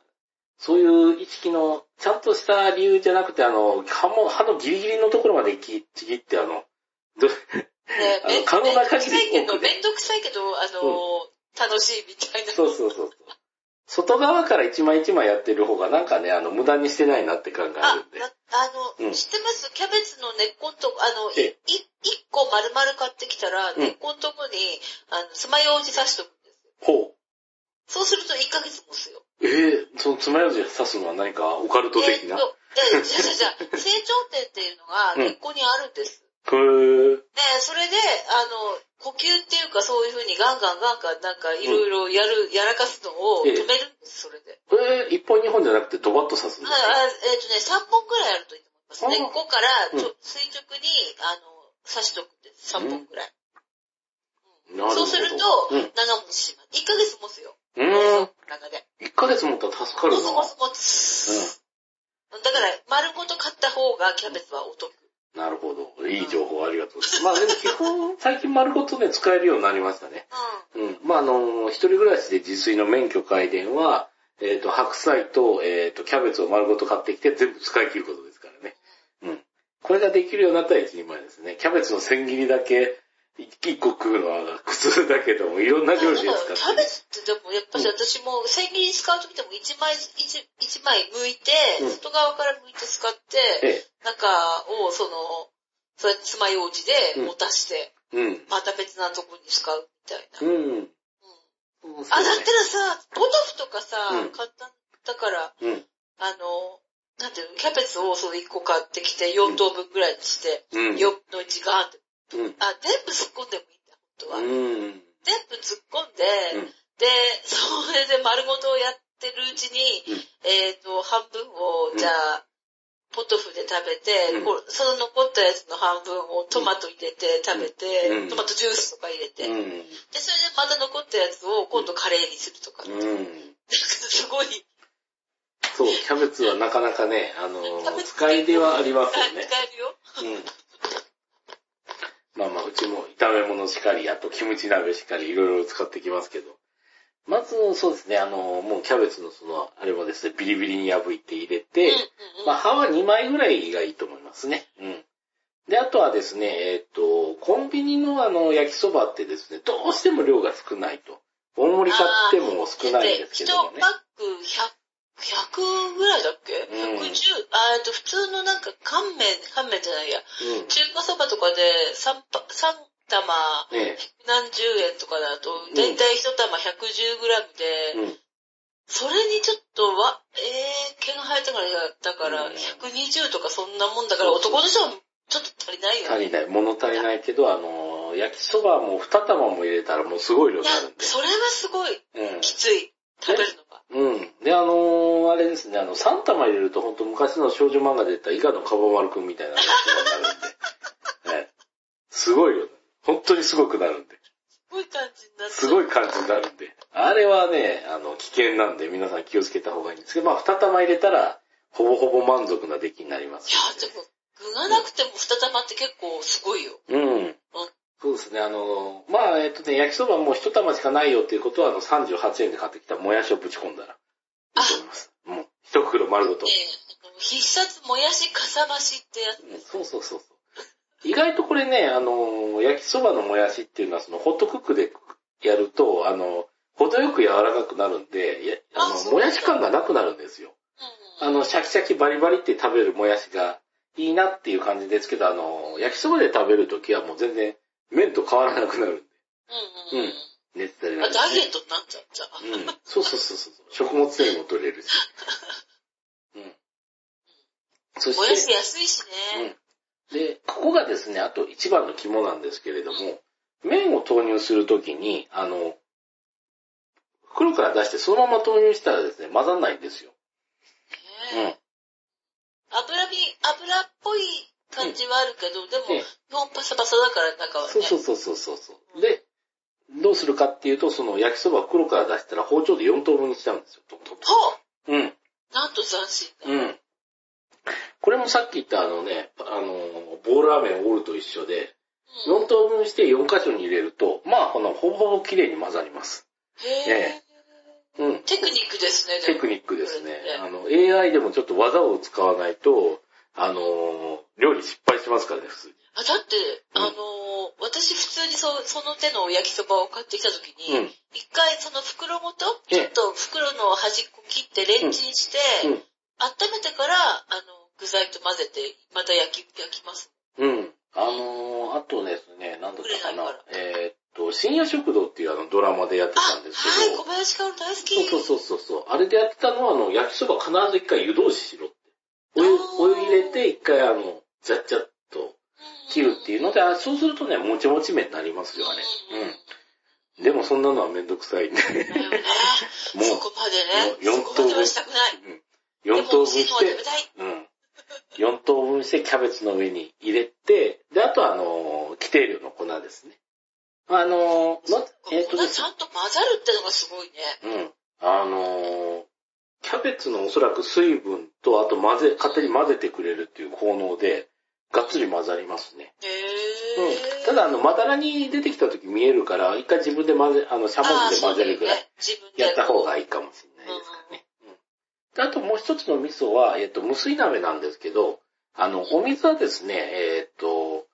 A: そういう意識の、ちゃんとした理由じゃなくて、あの、歯も、歯のギリギリのところまできちぎって、あの、ど
B: よね。
A: あの
B: めん
A: 可能な
B: めんど
A: 限
B: く
A: り
B: さいけど、
A: 奥で
B: めんどくさいけど、あの、楽しいみたい な。
A: そうそうそうそう。外側から一枚一枚やってる方がなんかね、あの、無駄にしてないなって考えるんで。
B: あ、なあ
A: うん
B: の、知ってますキャベツの根っこんとこ、あの、
A: え
B: い、い一個丸々買ってきたら、
A: うん
B: 根っこんとこに、あの、爪楊枝刺しとくんですよ。
A: ほ
B: そうすると1ヶ月持つよ。
A: えー、その爪楊枝刺すのは何かオカルト的な
B: えーっとえーじゃじゃじゃ、成長点っていうのが
A: うん
B: 根っこにあるんです。
A: へー。
B: で、それで、あの、呼吸っていうかそういう風にガンガンガンガンなんかいろいろやる、やらかすのを止めるんです、それで。
A: えー、一本二本じゃなくてドバッと刺すんで
B: はい、
A: すか
B: あえっ、とね、3本くらいあるといいと思います。
A: あー
B: 根っこからちょ
A: う
B: 垂直に、あの、刺しとくんです。3本くらい。
A: なるほど。
B: そうすると、
A: うん。
B: 長持ちします。1ヶ月持つよ。
A: うー
B: 冷
A: ん。
B: 蔵庫の中で。
A: 1ヶ月もったら助か
B: コ
A: る
B: ツコ
A: な。
B: ツコツ。だから、丸ごと買った方がキャベツはお得。
A: なるほど。いい情報ありがとうございます。まあでも基本、最近丸ごとね、使えるようになりましたね。
B: う
A: うん。まああの、一人暮らしで自炊の免許改伝は、えっ、と、白菜と、えっ、と、キャベツを丸ごと買ってきて全部使い切ることですからね。うん。これができるようになったら一人前ですね。キャベツの千切りだけ、一一個食うのは苦痛だけども、いろんな料
B: ん。
A: 理で
B: だからキ
A: 使っ
B: ャ
A: て
B: ベ
A: る。
B: ツってでもやっぱり私も千切り使う時でも一枚、一一枚剥いて
A: うん、
B: 外側から剥いて使って、
A: え
B: 中をその、それ爪楊枝で持たして、
A: え。うん。
B: また別なとこに使うみたいな。
A: うん。
B: うん
A: そうです
B: あ、だった
A: ね
B: らさ、ポトフとかさ、
A: うん
B: 簡単だから、
A: うん。
B: あの、なんていうの、キャベツをその1個買ってきて4等分ぐらいにして、
A: うん。
B: 4の1ガーンって
A: うん。
B: あ、全部突っ込んでもいいんだ、本当は。
A: うん。
B: 全部突っ込んで、
A: うん
B: で、 それで丸ごとやってるうちに、
A: うん
B: えっ、と、半分を、じゃあ、ポトフで食べて、
A: うん
B: こうその残ったやつの半分をトマト入れて食べて、
A: うん
B: トマトジュースとか入れて、で、
A: うん。
B: それでまた残ったやつを今度カレーにするとか、なんか
A: うん。
B: すごい、
A: そう、キャベツはなかなかね、あの
B: キャベツ
A: 使い手はあります
B: あ
A: よ
B: 使
A: ね。
B: えるよ。
A: うん。まあまあ、うちも炒め物しかり、あとキムチ鍋しかり、いろいろ使ってきますけど。まず、そうですね、あのもうキャベツのその、あれはですね、ビリビリに破いて入れ
B: うん
A: て、
B: うんうん。
A: まあ、葉は2枚ぐらいがいいと思いますね。うん。で、あとはですね、えーっと、コンビニのあの、焼きそばってですね、どうしても量が少ないと。大盛り買っても少ないんですけどもね
B: だ。って1パック100、100ぐらいだっけ、
A: うん
B: ?110、あえっと、普通のなんか乾麺、乾麺じゃないや、
A: うん。
B: 中華そばとかで 3, パ三玉
A: ね
B: 何十円とかだと、
A: ん
B: だいたい1玉
A: え。
B: 110g
A: う
B: で、
A: ん。
B: それにちょっとわ、えー、毛が生えたからだから、
A: うん
B: 120とかそんなもんだから、
A: そうそう
B: 男の人はちょっと足りないよ
A: 足
B: ね。
A: りない。物足りないけど、あのー、焼きそばも二玉も入れたらもうすごい量
B: い
A: に
B: や
A: なるん、で。
B: それはすごいきつい。食べるのが。
A: うん。うん。で、あのー、あれですね、あの、三玉入れると本当昔の少女漫画で言った伊賀のカバマルくんみたいな話になるんで。ね、すごいよ。本当にすごくなるんで。
B: すごい感じになって。
A: すごい感じになるんで。あれはね、あの、危険なんで皆さん気をつけた方がいいんですけど、まあ、二玉入れたら、ほぼほぼ満足な出来になります
B: いや、でも、具がなくても二玉って結構すごいよ。
A: ので。うん。そうですね、あの、まあ、えっとね、焼きそばもう一玉しかないよっていうことは、あの、38円で買ってきたもやしをぶち込んだら、いいと思います。もう、一袋丸ごと
B: ね。え、あの必殺もやしかさ増しってやつ。
A: うんそうそうそうそう。意外とこれね、あの、焼きそばのもやしっていうのは、その、ホットクックでやると、あの、程よく柔らかくなるんで、や
B: あ
A: あ
B: そ
A: の、
B: う
A: もやし感がなくなるんですよ。
B: うん。
A: あの、シャキシャキバリバリって食べるもやしがいいなっていう感じですけど、あの、焼きそばで食べるときはもう全然麺と変わらなくなるんで、
B: うんうん
A: うん熱帯
B: うん。あ、ダイエットになっちゃうじゃん。
A: うん。そうそうそうそう。食物繊維も取れ るし。うん。そ
B: もや
A: し、
B: して安いしね。
A: うん。で、ここがですね、あと一番の肝なんですけれども、麺を投入するときに、あの、袋から出してそのまま投入したらですね、混ざんないんですよ。
B: ねえ油び、油っぽい感じはあるけど、で
A: ええ
B: も、基本パサパサだから中はね。
A: そうそうそうそうそうそう。で、どうするかっていうと、その焼きそばを袋から出したら包丁で4等分にしちゃうんですよ。トントント
B: ほう
A: ンうん。
B: なんと斬新だ。
A: うん。これもさっき言ったあのね、あの、棒ラーメンを折ると一緒で、
B: うん
A: 4等分して4箇所に入れると、まあ、この、ほぼほぼ綺麗に混ざります。
B: へ
A: え
B: え。
A: うん。
B: テクニックですね、
A: テク
B: ニッ
A: ニックですね。あの、AI でもちょっと技を使わないと、あの、料理失敗しますからね、普通に。
B: ク。あ、だって、
A: うん
B: あのー、私普通にそその手の焼きそばを買ってきた時に、
A: うん
B: 一回その袋ごと、
A: ええ
B: ちょっと袋の端っこ切ってレンチンして、
A: うんうん
B: 温めてから、あの、具材と混ぜて、また焼き、焼きます。
A: うん。あのー、あとですね、なんだったかな
B: 触れないか。
A: えーっと、と、深夜食堂っていうあのドラマでやって
B: あ、
A: たんです
B: は
A: け
B: い、小
A: ど、
B: 林薫大好き。
A: そうそうそうそうそう、あれでやってたのは、あの、焼きそば必ず一回湯通ししろって。お湯
B: あ、ー
A: お湯入れて一回あの、ザッチャッと切るっていうので、あそうするとね、もちもち麺になりますよ、あれ。うん。でもそんなのはめんどくさいん で。
B: だよね。
A: も
B: そこまでね。
A: もう
B: そこまではしたくない。
A: う、うん、4
B: でも
A: 等分
B: 美味しいの
A: し
B: は
A: て
B: 食べ、たい。
A: うん。4等分してキャベツの上に入れて、で、あとはあのー、規定量の粉ですね。あのー、ま、えっ、と
B: こん
A: で
B: な
A: す
B: ちゃんと混ざるってのがすごいね。
A: うん。あのー、キャベツのおそらく水分と、あと混ぜ、勝手に混ぜてくれるっていう効能で、がっつり混ざりますね。うん。
B: へー。
A: ただあの、まだらに出てきた時見えるから、一回自分で混ぜ、あの、しゃも
B: あー、
A: じで混ぜるぐらい
B: そうだよね。自分で。
A: やった方がいいかもしれないですかね。うんであともう一つの味噌は、えっ、と、無水鍋なんですけど、あの、お水はですね、えっ、と、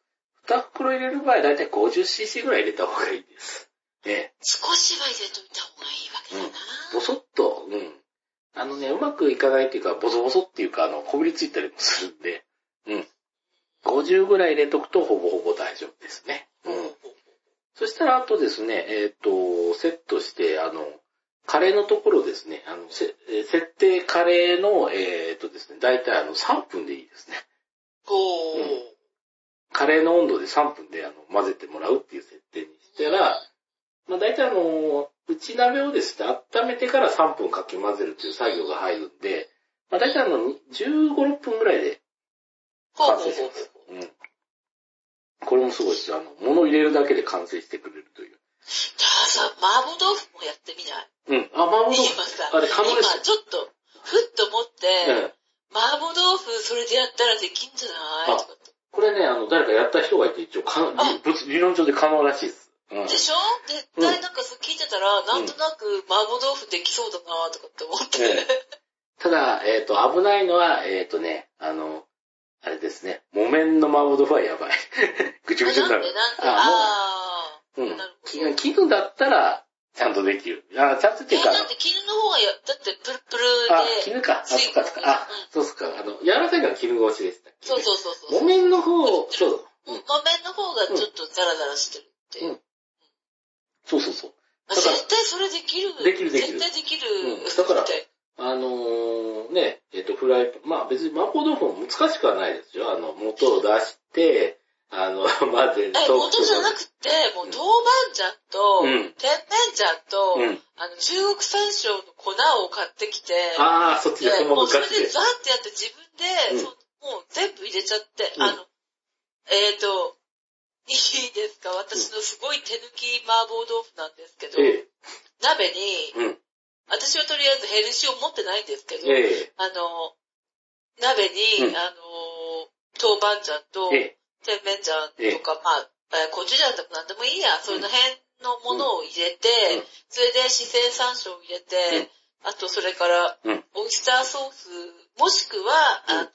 A: 2袋入れる場合、だいたい 50cc ぐらい入れた方がいいです。ね、
B: 少しは入れといた方がいいわけだな。
A: ボソッと、うん。あのね、うまくいかないっていうか、ボソボソっていうか、あの、こびりついたりもするんで、うん。50ぐらい入れとくと、ほぼほぼ大丈夫ですね。うん。そしたら、あとですね、えっ、と、セットして、あの、カレーのところですね、あの、せえー設定カレーの、えっ、とですね、だいたいあの、3分でいいですね。
B: おー。
A: カレーの温度で3分で、あの、混ぜてもらうっていう設定にしたら、まあ、大体あの、内鍋をですね、温めてから3分かき混ぜるっていう作業が入るんで、まあ、大体あの、15、6分ぐらいで
B: ほうほう
A: 完
B: ほう
A: 成し
B: ほう
A: ます。うん。これもすごいですよ。あの、物を入れるだけで完成してくれるという。
B: たださ、麻婆豆腐もやってみない。
A: うん。あ、麻婆豆
B: 今
A: 腐。
B: さ、
A: あ
B: 今
A: れ可能です
B: ちょっと、ふっと思っ
A: うん
B: て、。麻婆豆腐それでやったらできんじゃない
A: あ
B: とかって
A: これね、あの、誰かやった人がいて、一応かん、
B: あ
A: 理理論上で可能らしいです。うん。
B: でしょ絶対なんかそう聞いてたら、なんとなく麻婆豆腐できそうだなとかって思って。
A: ええただ、えっ、と、危ないのは、えっ、とね、あの、あれですね、木綿の麻婆豆腐はやばい。 ぐちゅぐちゅ
B: あ
A: に
B: な
A: なんる
B: で。なんで
A: あ
B: あ
A: もう、う
B: ー、
A: ん
B: なるほ
A: き
B: ど。。
A: 絹だったら、ちゃんとできる。あ、ちゃんとって
B: え
A: いうか、あ
B: だって絹の方がや、だってプルプルで、
A: 絹か。あ、そっかそっか。あ、そうっすか。あの、柔らかいから絹越しでしたっけ
B: そうそうそうそう。
A: 木
B: 木
A: 綿の方、そう、うん
B: 綿の方がちょっとザラザラしてるっていう。
A: うんそうそうそう。
B: まあ
A: だから
B: 絶対それできる。
A: できるできる
B: 絶対できる。
A: うんだから
B: って
A: あのー、ね、えっ、と、フライパン、まあ別に麻婆豆腐も難しくはないですよ。あの、元を出して、あの、 混ぜ、
B: え、元じゃな
A: て。
B: くて、もう
A: うん
B: 豆板醤と、
A: うん
B: 甜麺醤と、
A: うん。
B: あの、中国山椒の粉を買ってきて、
A: ああ、そっちでそ
B: で
A: のま
B: も
A: ま
B: うそ
A: ガ
B: れ
A: チ
B: で
A: で。
B: ザーってやって自分で、
A: うん
B: そうもう全部入れちゃって、
A: うん
B: あの、えっ、と、 いいですか私のすごい手抜き麻婆豆腐なんですけど、
A: え
B: 鍋に、
A: え、うん。
B: 私はとりあえずヘルシーを持ってないんですけど、
A: ええ、
B: あの、鍋に、
A: うん
B: あの、豆板醤と、
A: ええ、
B: 甜麺醤とか、まあ、えーコチュジャンとかなんでもいいや、その辺のものを入れて、
A: うんうん
B: それで四川山椒を入れて、あとそれから、
A: うん
B: オイスターソース、もしくは、
A: うん
B: あの、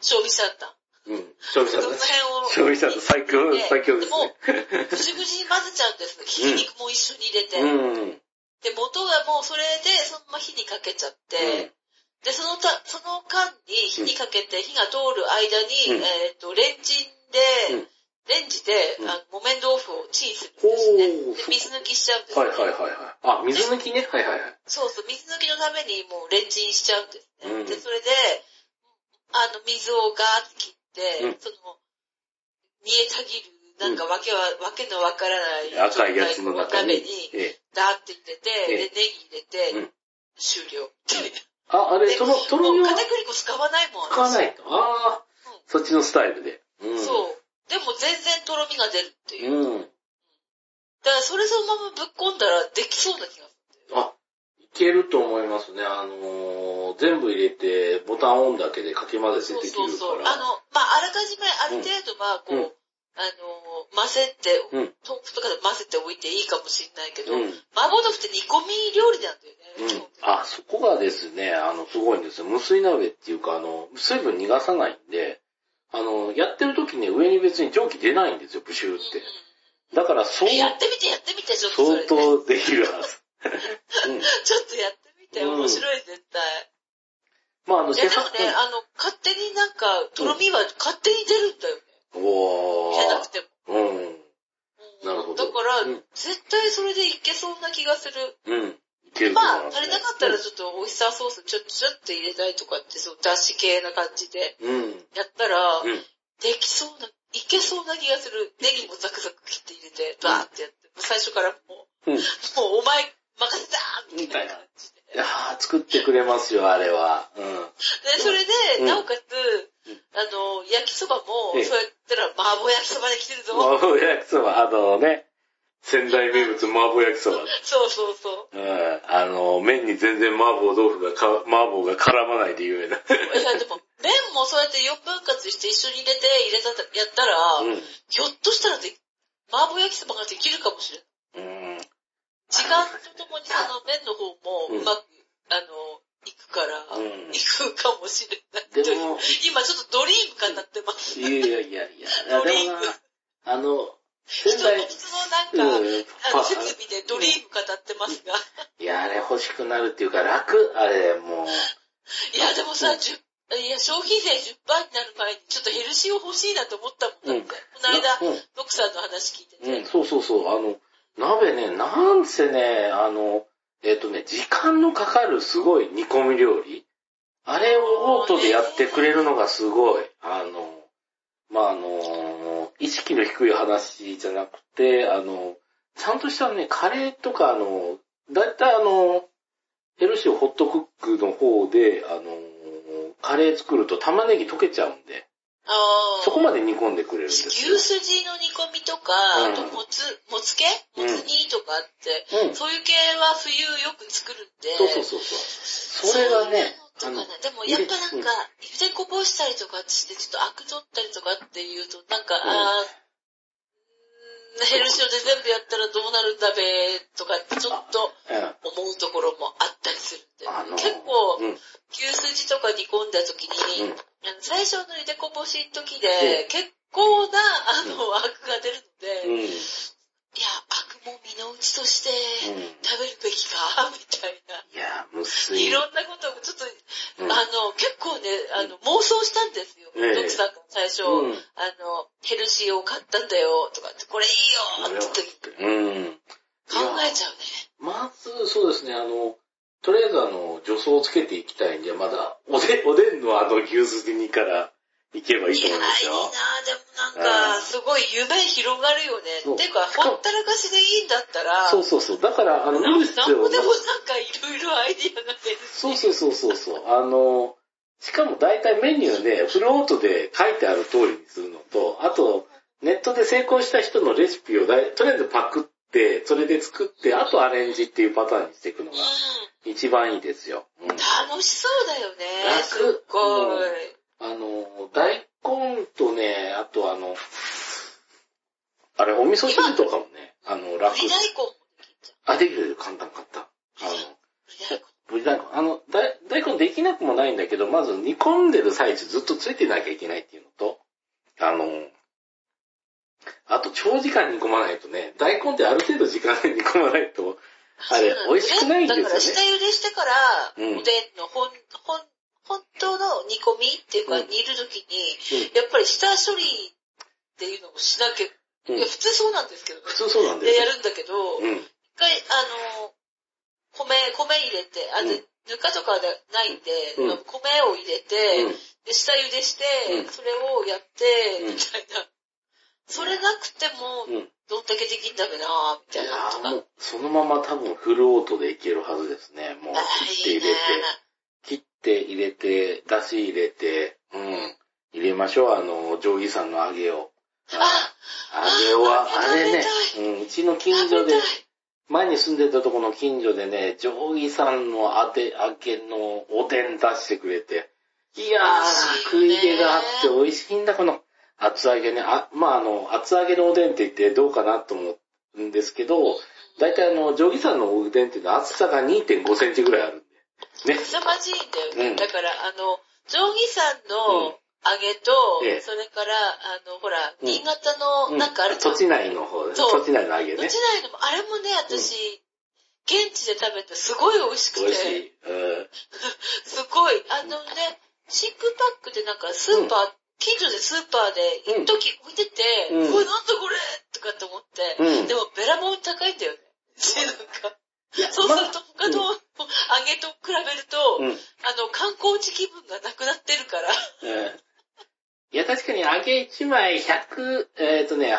B: 消費者タン。
A: うん。消費者
B: そ
A: の
B: の、
A: 消
B: 辺を、
A: 費者の最強、最強ですね。
B: ぐじぐじに混ぜちゃうんですね。ひき肉も一緒に入れて。
A: うん。
B: で、元がもうそれで、そのまま火にかけちゃって、で、そのた、その間に火にかけて火が通る間に、
A: うん
B: えっ、と、レンチンで、
A: うん
B: レンジで、
A: うん
B: あの木綿豆腐をチンするん
A: ほう
B: ですね。で、水抜きしちゃうんです、
A: は
B: ね
A: いはいはいはい。あ、水抜きね。はいはいはい。
B: そうそう、水抜きのためにもうレンチンしちゃうんですね。
A: うん
B: で、それで、あの、水をガ
A: う
B: ーッて切って、
A: ん
B: その、煮えたぎる、なんかわけは、わけのわからない
A: 赤いやつの中に
B: 鍋に、
A: ええ。
B: ダーって入れて、
A: ええ
B: で、
A: う
B: ネギ入れて
A: ん、
B: 終了。
A: あ、あれ、
B: で
A: とろ、とろみ
B: もう
A: は
B: 片栗粉使わないもん。
A: 使わないと。ああ
B: うん、
A: そっちのスタイルで。うん。
B: そう。でも全然とろみが出るっていう。
A: うん。
B: だからそれそのままぶっこんだらできそうな気がす
A: あ、いけると思いますね。あのー、全部入れて、ボタンオンだけでかき混ぜて
B: る。
A: でき
B: そうそ
A: る
B: うそう。
A: から。
B: あの、まあ、あらかじめある程度は、こう、
A: うん
B: あの、混ぜて、
A: うん
B: 豆腐とかで混ぜておいていいかもしれないけど、
A: うん。
B: 麻婆豆腐って煮込み料理なんだよ
A: う
B: ね。
A: ん
B: 基本的に
A: あ、そこがですね、あの、すごいんですよ。無水鍋っていうか、あの、水分逃がさないんで、あの、やってる時ね、上に別に蒸気出ないんですよ、ブシューっ
B: うん
A: て。だから、相
B: えやってみて、やってみて、ちょっとそ
A: 相
B: れ、ね。ちょっ
A: 当できるはず。うん。
B: とやってみて、面白い、絶対。
A: まあ、あの、
B: いや、でもね、あの、勝手になんか、とろみは勝手に出るんだよね。
A: うんお
B: じゃなくても。
A: ー。うん。なるほど
B: だから、
A: うん
B: 絶対それでいけそうな気がする。
A: うん。いけると思い
B: まあ、
A: ます
B: 足りなかったらちょっとオイスターソースちょっとちょっと入れたいとかって、そう、出汁系な感じで
A: うん。うん。
B: やったら、できそうな、いけそうな気がする。ネギもザクザク切って入れて、バーってやって、最初からもう、
A: うん
B: もうお前任せたみたいな感じ
A: い
B: で。
A: やー作ってくれますよ、あれは。う
B: で、それ
A: うん
B: で、なおかつ、
A: うん
B: あの、焼きそばも、
A: ええ
B: そうやったら麻婆焼きそばで来てる
A: ん。
B: ぞ。
A: 麻婆焼きそば、あのね、仙台名物麻婆焼きそば。
B: そうそうそう。
A: うん。あの、麺に全然麻婆豆腐がか、麻婆が絡まないで有名な。
B: いや、でも、麺もそうやって4分割して一緒に入れて、入れた、やったら、
A: うん。
B: ひょっとしたらで、麻婆焼きそばができるかもしれない。
A: うん。
B: 時間とともにその麺の方も
A: うん
B: うまく、あの、いくから、
A: うん
B: いくかもしれない。
A: で
B: という
A: も、
B: 今ちょっとドリーム感になってます。
A: いやいやいやいや、でもな、あの、
B: 人
A: 仙
B: の
A: 台、
B: 質のなんか、
A: うん、
B: あの、設備でドリーム語ってますが。
A: いや、あれ欲しくなるっていうか楽、あれ、もう。
B: いや、でも
A: う
B: さ、
A: ん
B: 10いや、消費税10%になる前に、ちょっとヘルシーを欲しいなと思ったもんだって。この間、
A: う
B: ドクさんの話聞いてて。
A: ん、うん、そうそうそう、あの、鍋ね、なんせね、あの、えっ、とね、時間のかかるすごい煮込み料理。あれをオートでやってくれるのがすごい。あの、まあ、あの、意識の低い話じゃなくて、あの、ちゃんとしたね、カレーとか、あの、だいたいあの、ヘルシーホットクックの方で、あの、カレー作ると玉ねぎ溶けちゃうんで、
B: ああ。
A: そこまで煮込んでくれるんですよ。
B: 牛すじの煮込みとか、
A: うん
B: あともつ、もつ系
A: う
B: も
A: ん
B: つ煮とかあって、
A: うん。
B: そういう系は冬よく作るんで。
A: そうそうそうそう。それがね、
B: そ
A: あ
B: ういう
A: の
B: のとか、ね、でもやっぱなんか、ゆでこぼしたりとかして、ちょっとアク取ったりとかっていうと、なんか、
A: ん
B: あーうーんヘルシオで全部やったらどうなるんだべーとかってちょっと思うところもあったりするんで。
A: あの
B: 結構、
A: うん、うん、
B: 牛すじとか煮込んだ時に、
A: うん
B: あの最初のゆでこぼしの時で、結構な、あの、アクが出るの
A: うん、うん。
B: で、いや、アクも身の内として、食べるべきか、 みたい
A: い
B: な。
A: や、無水。
B: いろんなことを、ちょっと、
A: う
B: あ
A: ん
B: の、結構ね、あの、妄想したんですよ。
A: ええ
B: ドクさんが最初、
A: うん
B: あの、ヘルシーを買ったんだよ、とかって、これいいよって言って
A: うん。
B: 考えちゃうね。
A: まず、そうですね、あの、とりあえずあの、助走をつけていきたいんで、まだ、おで、 おでんのあの牛すじ煮からいけばいい
B: い
A: と
B: やー、
A: 思い
B: いいな
A: ますよ。
B: ーでもなん
A: うん
B: か、すごい夢広がるよ
A: そう
B: ね。てか、ほったらかしでいいんだったら、
A: そうそうそう。だから、あの、
B: な
A: 無
B: んぼ
A: 理
B: で
A: 必
B: も
A: 要
B: なんかいろいろアイディアが出る。
A: そうそうそうそうそう。あの、しかも大体メニューね、フルオートで書いてある通りにするのと、あと、ネットで成功した人のレシピをだいとりあえずパクって、それで作って、あとアレンジっていうパターンにしていくのが
B: う
A: 一番いいですよ。うん
B: ん。楽しそうだよね。
A: 楽
B: すっごい。
A: あの、大根とね、あとあの、あれ、お味噌汁とかもね、あの、楽
B: ぶ。り大根もできちゃう。
A: あ、できるよ、簡単簡単。あの、
B: ぶり大根。
A: ぶり大根。あの、大大根できなくもないんだけど、まず煮込んでる最中ずっとついてなきゃいけないっていうのと、あの、あと長時間煮込まないとね、大根ってある程度時間で煮込まないと、あれ
B: そう、
A: 美味しくないんですよ
B: だから下
A: ね。
B: 茹でしてから、
A: うん
B: おでんの本、本、本当の煮込みっていうか
A: う
B: 煮
A: ん
B: るときに、やっぱり下処理っていうのをしなきゃ、
A: うん
B: いや普通そうなんですけど、
A: 普通そうなん
B: で
A: です
B: や
A: よ。
B: るんだけど、一
A: うん。
B: 回、あの、米、米入れて、あ
A: う
B: と、
A: ん
B: ぬかとかでないんで、
A: うん
B: 米を入れて、で、下茹でして、
A: うん
B: それをやって、
A: うん
B: みたいな。それなくても
A: う、ん。うん。
B: どんだけできんだべなぁ、み
A: い
B: た
A: や
B: いなのとか。
A: ーもう、そのまま多分フルオートでいけるはずですね。もう、切って入れて、切って入れて、出汁入れて、うん。入れましょう、あの、定規さんの揚げを。
B: あ
A: あれは、あ
B: あ
A: れね
B: 食べ、
A: うん、うちの近所
B: 食べ
A: で
B: たい、。
A: 前に住んでたとこの近所でね、定規さんのあて、あけのおでん出してくれて、いやー、食
B: 美
A: い
B: 味しいよね
A: 気があって美味しいんだ、この厚揚げね。あ、まああの、厚揚げのおでんって言ってどうかなと思うんですけど、だいたいあの、定規さんのおでんっていうのは厚さが2.5センチぐらいあるんで。ね。
B: 凄まじいんだよね。
A: うん
B: だから、あの、定規さん
A: うん
B: の揚げと、
A: ええ
B: それから、あの、ほら、
A: うん
B: 新潟の、なんかあるじゃん。
A: 土地内の方で、
B: そう
A: 土地内の揚げ
B: う
A: ね
B: ち。ないのも、あれもね、私、現地で食べてすごい美味しく
A: 美
B: て、
A: 味しい。うん。
B: すごい、あのね、真空パックでなんかスーパー、近所でスーパーで、一時置いてて、
A: うん
B: うわ、なんだこれとかって思って、
A: うん
B: でもべらぼうに高いんだよね。で、なんか、
A: いや
B: そうすると他の
A: まあ
B: 揚げと比べると、
A: うんうん
B: あの、観光地気分がなくなってるから、
A: うんいや、確かに揚げ1枚100、えっ、とね、80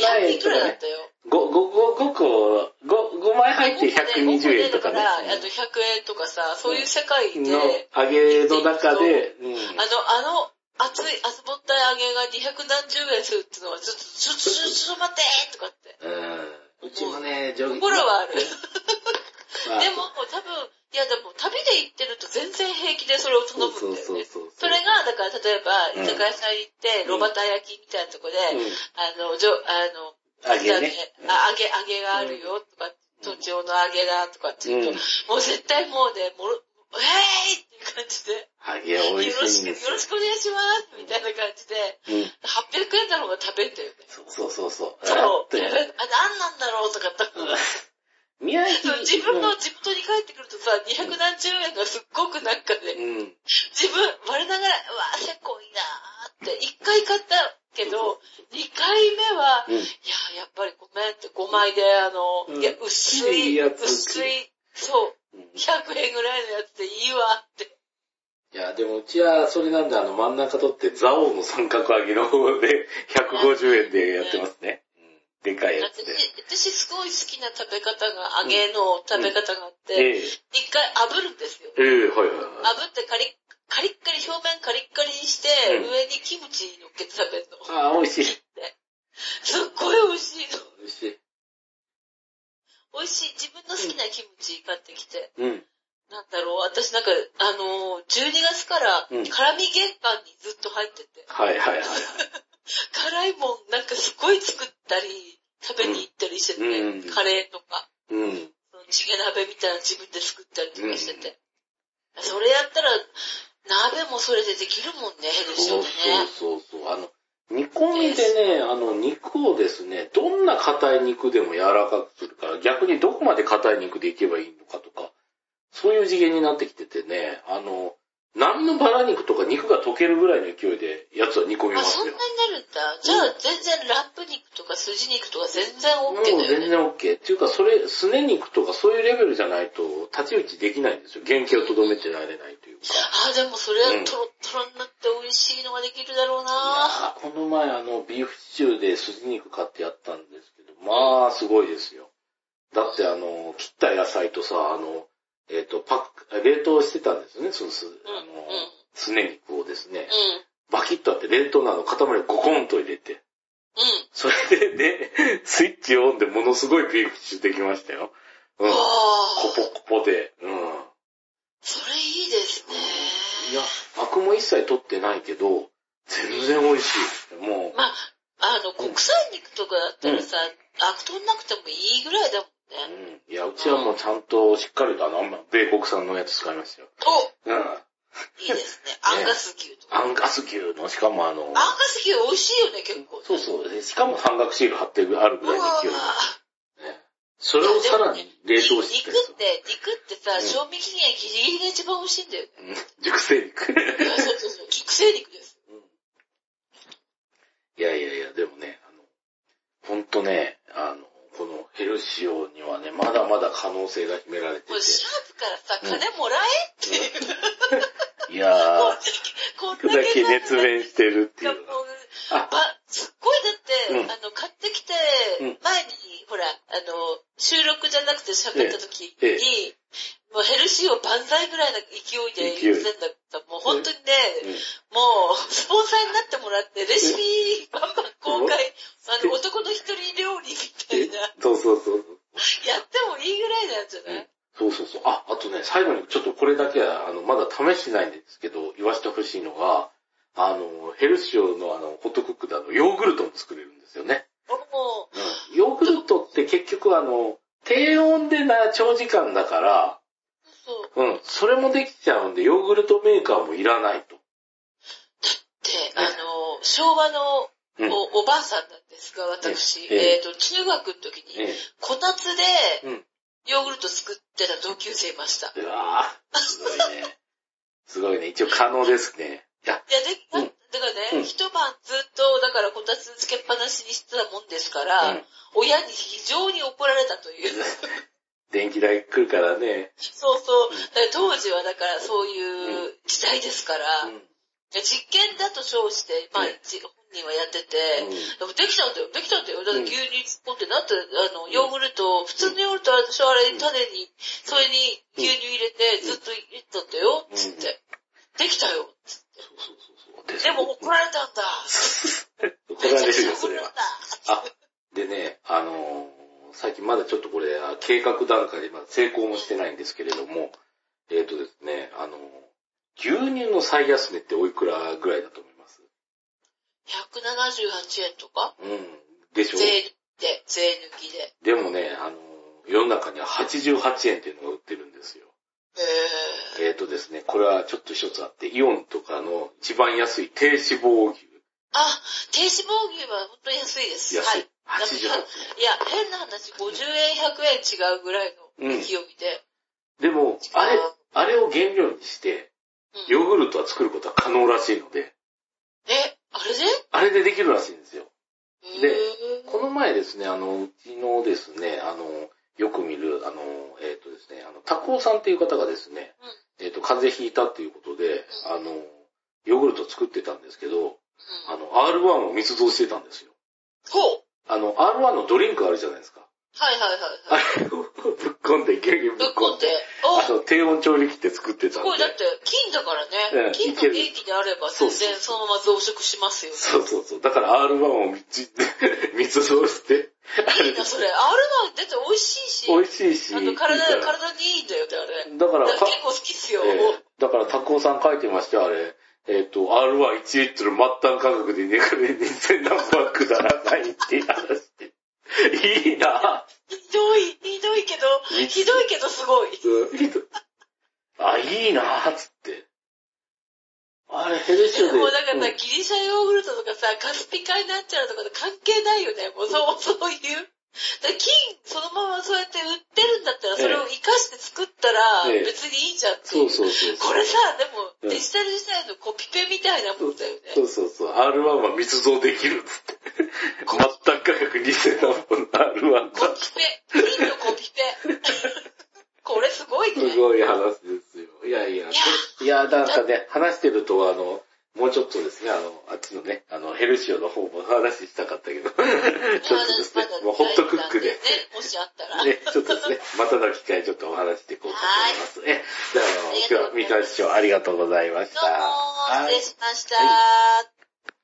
A: 何
B: 200
A: 円
B: いく
A: と
B: ら
A: か
B: だっ
A: ね。
B: たよ。
A: 5、5、5個、5、5枚入って120円とかね。
B: あと100円とかさ、そういう世界で、
A: の揚げの中で、うん。
B: あの、あの、熱い、熱ぼったい揚げが2何十円するっていうのは、ちょっと、ちょっと、ちょっとちょっと待ってーとかっ
A: う
B: て。
A: んうちもね、上
B: 心はある。
A: まあ
B: でも、多分、いやでも、旅で行ってると全然平気でそれを頼むんだよ
A: そう
B: ね。
A: そうそう。
B: それが、だから、例えば、
A: うん
B: 居酒屋さん行って、
A: うん
B: ロバタ焼きみたいなとこで、
A: う
B: あの、じょ、あの、
A: ん、揚げね。
B: あ揚げ、揚げがあるよとか、土地の揚げだとかって
A: う
B: 言
A: ん。
B: うと、
A: 揚
B: もう絶対もうね、もろ、えーいっていう感じで、
A: げ美味
B: よろ
A: しい
B: し
A: ん
B: く、よ
A: ですよ
B: ろしくお願いしますみたいな感じで、
A: うん。
B: 800円だろうが食べんだよね。
A: そうそうそうそう。
B: そう、
A: だっ
B: あ、なん
A: て、
B: なんだろうとか多分、
A: 宮城
B: そう自分
A: うん
B: の地元に帰ってくるとさ、2何十円がすっごくなんかね、
A: うん。
B: 自分、我ながら、うわ、せこいなーって、1回買ったけど、2回目は、
A: うん。
B: いや、やっぱりごめんって、5枚で、あの、
A: うん
B: いや、薄
A: いい
B: い、
A: やつ
B: 薄い、
A: うん
B: そう、100円ぐらいのやつでいいわって。
A: いや、でもうちはそれなんであの真ん中取って蔵王の三角揚げの方で150円でやってますね。うん、でかいやつで。
B: 私、私すごい好きな食べ方が、揚げの食べ方があって、
A: ええ、
B: 一回炙るんですよ。
A: ええ、はいはいはい。
B: 炙ってカリッ、カリッカリ、表面カリッカリにして、
A: うん
B: 上にキムチ乗っけて食べるの。
A: ああ、美味しい。
B: すっごい美味しいの。
A: 美味しい。
B: 美味しい。自分の好きなキムチ買ってきて。
A: うん。
B: なんだろう、私なんか、あのー、12月から、
A: う
B: 辛
A: ん
B: 味玄関にずっと入ってて。
A: はいはいはい。
B: 辛いもんなんかすごい作ったり、食べに行ったりしてて、
A: うんうん
B: カレーとか、
A: うん。
B: チゲ鍋みたいなの自分で作ったりとかしてて。それやったら、鍋もそれでできるもんね、ヘルシ
A: そ
B: ー
A: う
B: で
A: そう
B: ね。
A: そうそう。あの、煮込みでね、あの、肉をですね、どんな硬い肉でも柔らかくするから、逆にどこまで硬い肉でいけばいいのかとか、そういう次元になってきててね、あの、何のバラ肉とか肉が溶けるぐらいの勢いで、やつは煮込みま
B: あ、そ
A: す
B: ん
A: よ
B: なに。なるんだ。じゃあ、全然ランプ肉とか筋肉とか全然
A: もう
B: OK だよ
A: 全
B: ね。
A: 然 OK。っていうか、それ、すね肉とかそういうレベルじゃないと、立ち打ちできないんですよ。原型をとどめてられないというか。
B: あ、でもそれはトロットロになって美味しいのができるだろうな。
A: この前あの、ビーフシチューで筋肉買ってやったんですけど、まあ、すごいですよ。だってあの、切った野菜とさ、あの、えっ、と、パック、冷凍してたんですよね、そのす、
B: うん、う
A: あ
B: ん、
A: の
B: うん、、
A: すね肉をですね、
B: う
A: バキッとあって、冷凍のあの、塊をゴコンと入れて、
B: ん。
A: それでね、スイッチオンでものすごいビーフシチューできましたよ。うん。コ
B: ああ、
A: ポコポで、うん。
B: それいいですね。
A: いや、アクも一切取ってないけど、全然美味しい。もう、
B: まあ、あの、国産肉とかだったらさ、アク取んなくてもいいぐらいだもんね。
A: うんいや、うちはもうちゃんとしっかりとあの、米国産のやつ使いましたよ。
B: お
A: うん。
B: いいですね。アンガス牛とか。
A: アンガス牛の、しかもあの
B: アン、ガス牛美味しいよね、結構。
A: そうそう、でしかも半額シール貼ってあるぐ
B: う
A: らい
B: わ
A: の
B: ぁ
A: 勢いで、ね。それをさらに冷凍して
B: 肉
A: た
B: っ
A: やつを
B: て、肉ってさ、
A: うん
B: 賞味期限ギリギリが一番美味しいんだよね。
A: うん熟成肉。
B: いやそうそうそう。熟成肉です。
A: いやいやいや、でもね、あの、ほんとね、あの、このヘルシオにはね、まだまだ可能性が秘められてて
B: これ、シャープからさ、金もらえって
A: い
B: いう。
A: やー、
B: こん
A: これだけ熱
B: さ
A: 弁してるってい
B: が
A: う
B: もう。、
A: あ
B: ば、すっごいだって、
A: うん
B: あの、買ってきて、
A: う
B: 前
A: ん
B: に、ほら、あの、収録じゃなくて喋った時に、
A: ええ
B: もうヘルシーを万歳ぐらいの勢いで言ってたんだけど、もう本当にね、もう、スポンサーになってもらって、レシピバンバン公開、あの、男の一人料理みたいな、
A: うんそうそうそうそう。
B: やってもいいぐらいなんじゃない
A: そうそうそう。あ、あとね、最後にちょっとこれだけは、あの、まだ試してないんですけど、言わせてほしいのが、あの、ヘルシオのあの、ホットクックであの、ヨーグルトも作れるんですよね。
B: も
A: う
B: う、
A: ん。ヨーグルトって結局あの、低温でな、長時間だから、
B: そう、
A: うん、それもできちゃうんで、ヨーグルトメーカーもいらないと。
B: で、あの、昭和の
A: うん。
B: おおばあさんなんですが、私、
A: ええ
B: えっ、と、中学の時に、
A: え
B: こたつで
A: え。うん。
B: ヨーグルト作ってた同級生いました。いう
A: わぁ、すごいね。すごいね。一応可能ですね。いや、
B: や、で、
A: うん
B: なだから
A: う
B: ね、
A: ん
B: 一晩ずっと、だからこたつつけっぱなしにしてたもんですから、
A: うん
B: 親に非常に怒られたという。
A: 電気代来るからね。
B: そうそう。だから当時はだからそういうう時代ですから、
A: うん。うん
B: 実験だと称して、まあ、
A: うん
B: 一本人はやってて、でもできたんだよ、できたんだよ。だって牛乳突っ込んで、だって、あの、ヨーグルト、普通のヨーグルトは私はあれ、
A: うん
B: 種に、それに牛乳入れて、ずっと入れてたんだよ、つって。できたよ。
A: そうそうそうそう。
B: でも怒られたんだ。
A: 怒られるよ、そ
B: 怒
A: れ
B: ら
A: は
B: れ。た。
A: あ、でね、あのー最近まだちょっとこれ、あ計画段階でまだ成功もしてないんですけれども、えっ、とですね、あのー牛乳の最安値っておいくらぐらいだと思います
B: 178円とか
A: うん。でしょ
B: 税で、税抜きで。
A: でもね、あのー世の中には88円っていうのが売ってるんですよ。
B: えー、
A: えっ、とですね、これはちょっと一つあって、イオンとかの一番安い低脂肪牛。
B: あ、低脂肪牛は本当に安いです。
A: 安
B: はい
A: い。。88円。
B: いや、変な話、50円、100円違うぐらいの勢い
A: で
B: で。
A: も、あれ
B: あ、
A: あれを原料にして、
B: うん
A: ヨーグルトは作ることは可能らしいので、
B: え、あれで
A: あれでできるらしいんですよ。で
B: へー
A: この前ですね、あの、うちのですね、あの、よく見る、あの、えっ、とですね、あの、タコさんっていう方がですね、えっ、と、風邪ひいたっていうことで、
B: うん
A: あの、ヨーグルト作ってたんですけど、
B: うん
A: あの、R1 を密造してたんですよ。
B: ほう
A: あの、R1 のドリンクあるじゃないですか。
B: はいは
A: あ
B: いはいはい。
A: れをぶっこんで、ギュギュぶ
B: ぶ
A: っ
B: っ
A: こ
B: こ
A: ん
B: ん
A: で
B: で。。
A: あ
B: あ、
A: の、低温調理器って作ってた
B: す
A: ん
B: ごい、だっ
A: で。
B: て、金だから
A: ええ
B: ね。金
A: いけ
B: の
A: る
B: 元気であれば
A: そうそう
B: 全然そのまま増殖しますよ。
A: そうそうそう。だから R1 を密 密造して、あ
B: いい
A: れ
B: な、それ。あれなんて美味しいし。
A: 美味しいし、
B: あ
A: い
B: の、
A: いか
B: 体、
A: ら
B: 体にいいんだよって、あれ。
A: だから
B: だ
A: か
B: から結構好きっすよ。
A: えーだから、タコさん書いてましたよ、あれ。えっ、と、R11 リットル末端価格で値下げ2000何パーくだらないっていう話。いいな
B: ひどい、ひどいけど、
A: い
B: ひどいけどすごい。
A: うんいいとあ、いいなぁ、つって。あれ、ヘルシオで。
B: もうだからさ、
A: うん
B: ギリシャヨーグルトとかさ、カスピカになっちゃうとかと関係ないよね。もうそう、そういう。だから金、そのままそうやって売ってるんだったら、それを活かして作ったら、
A: ええ
B: 別にいいじゃんってい
A: そう
B: う。
A: そうそうそう。
B: これさ、で
A: うん
B: も、デジタル時代のコピペみたいなもんだよね。
A: そうそうそう。R1 は密造できる、つって。 末端価格2000何本の R1 が。
B: コピペ。金のコピペ。これすごいね。
A: すごい話ですよ。いやいや、いや、なんかね、話してると、あの、もうちょっとですね、あの、あっちのね、あの、ヘルシオの方も話したかった けど、ちょっとですね、もうホットクックで、
B: ね
A: ね、、
B: もしあったら。
A: ちょっと ですね、またの機会ちょっとお話していこうかと思います。え、では、あの今日は三河市長ありがとうございまし
B: ど
A: た。
B: うも、
A: は
B: 失
A: い
B: 礼しました。
A: は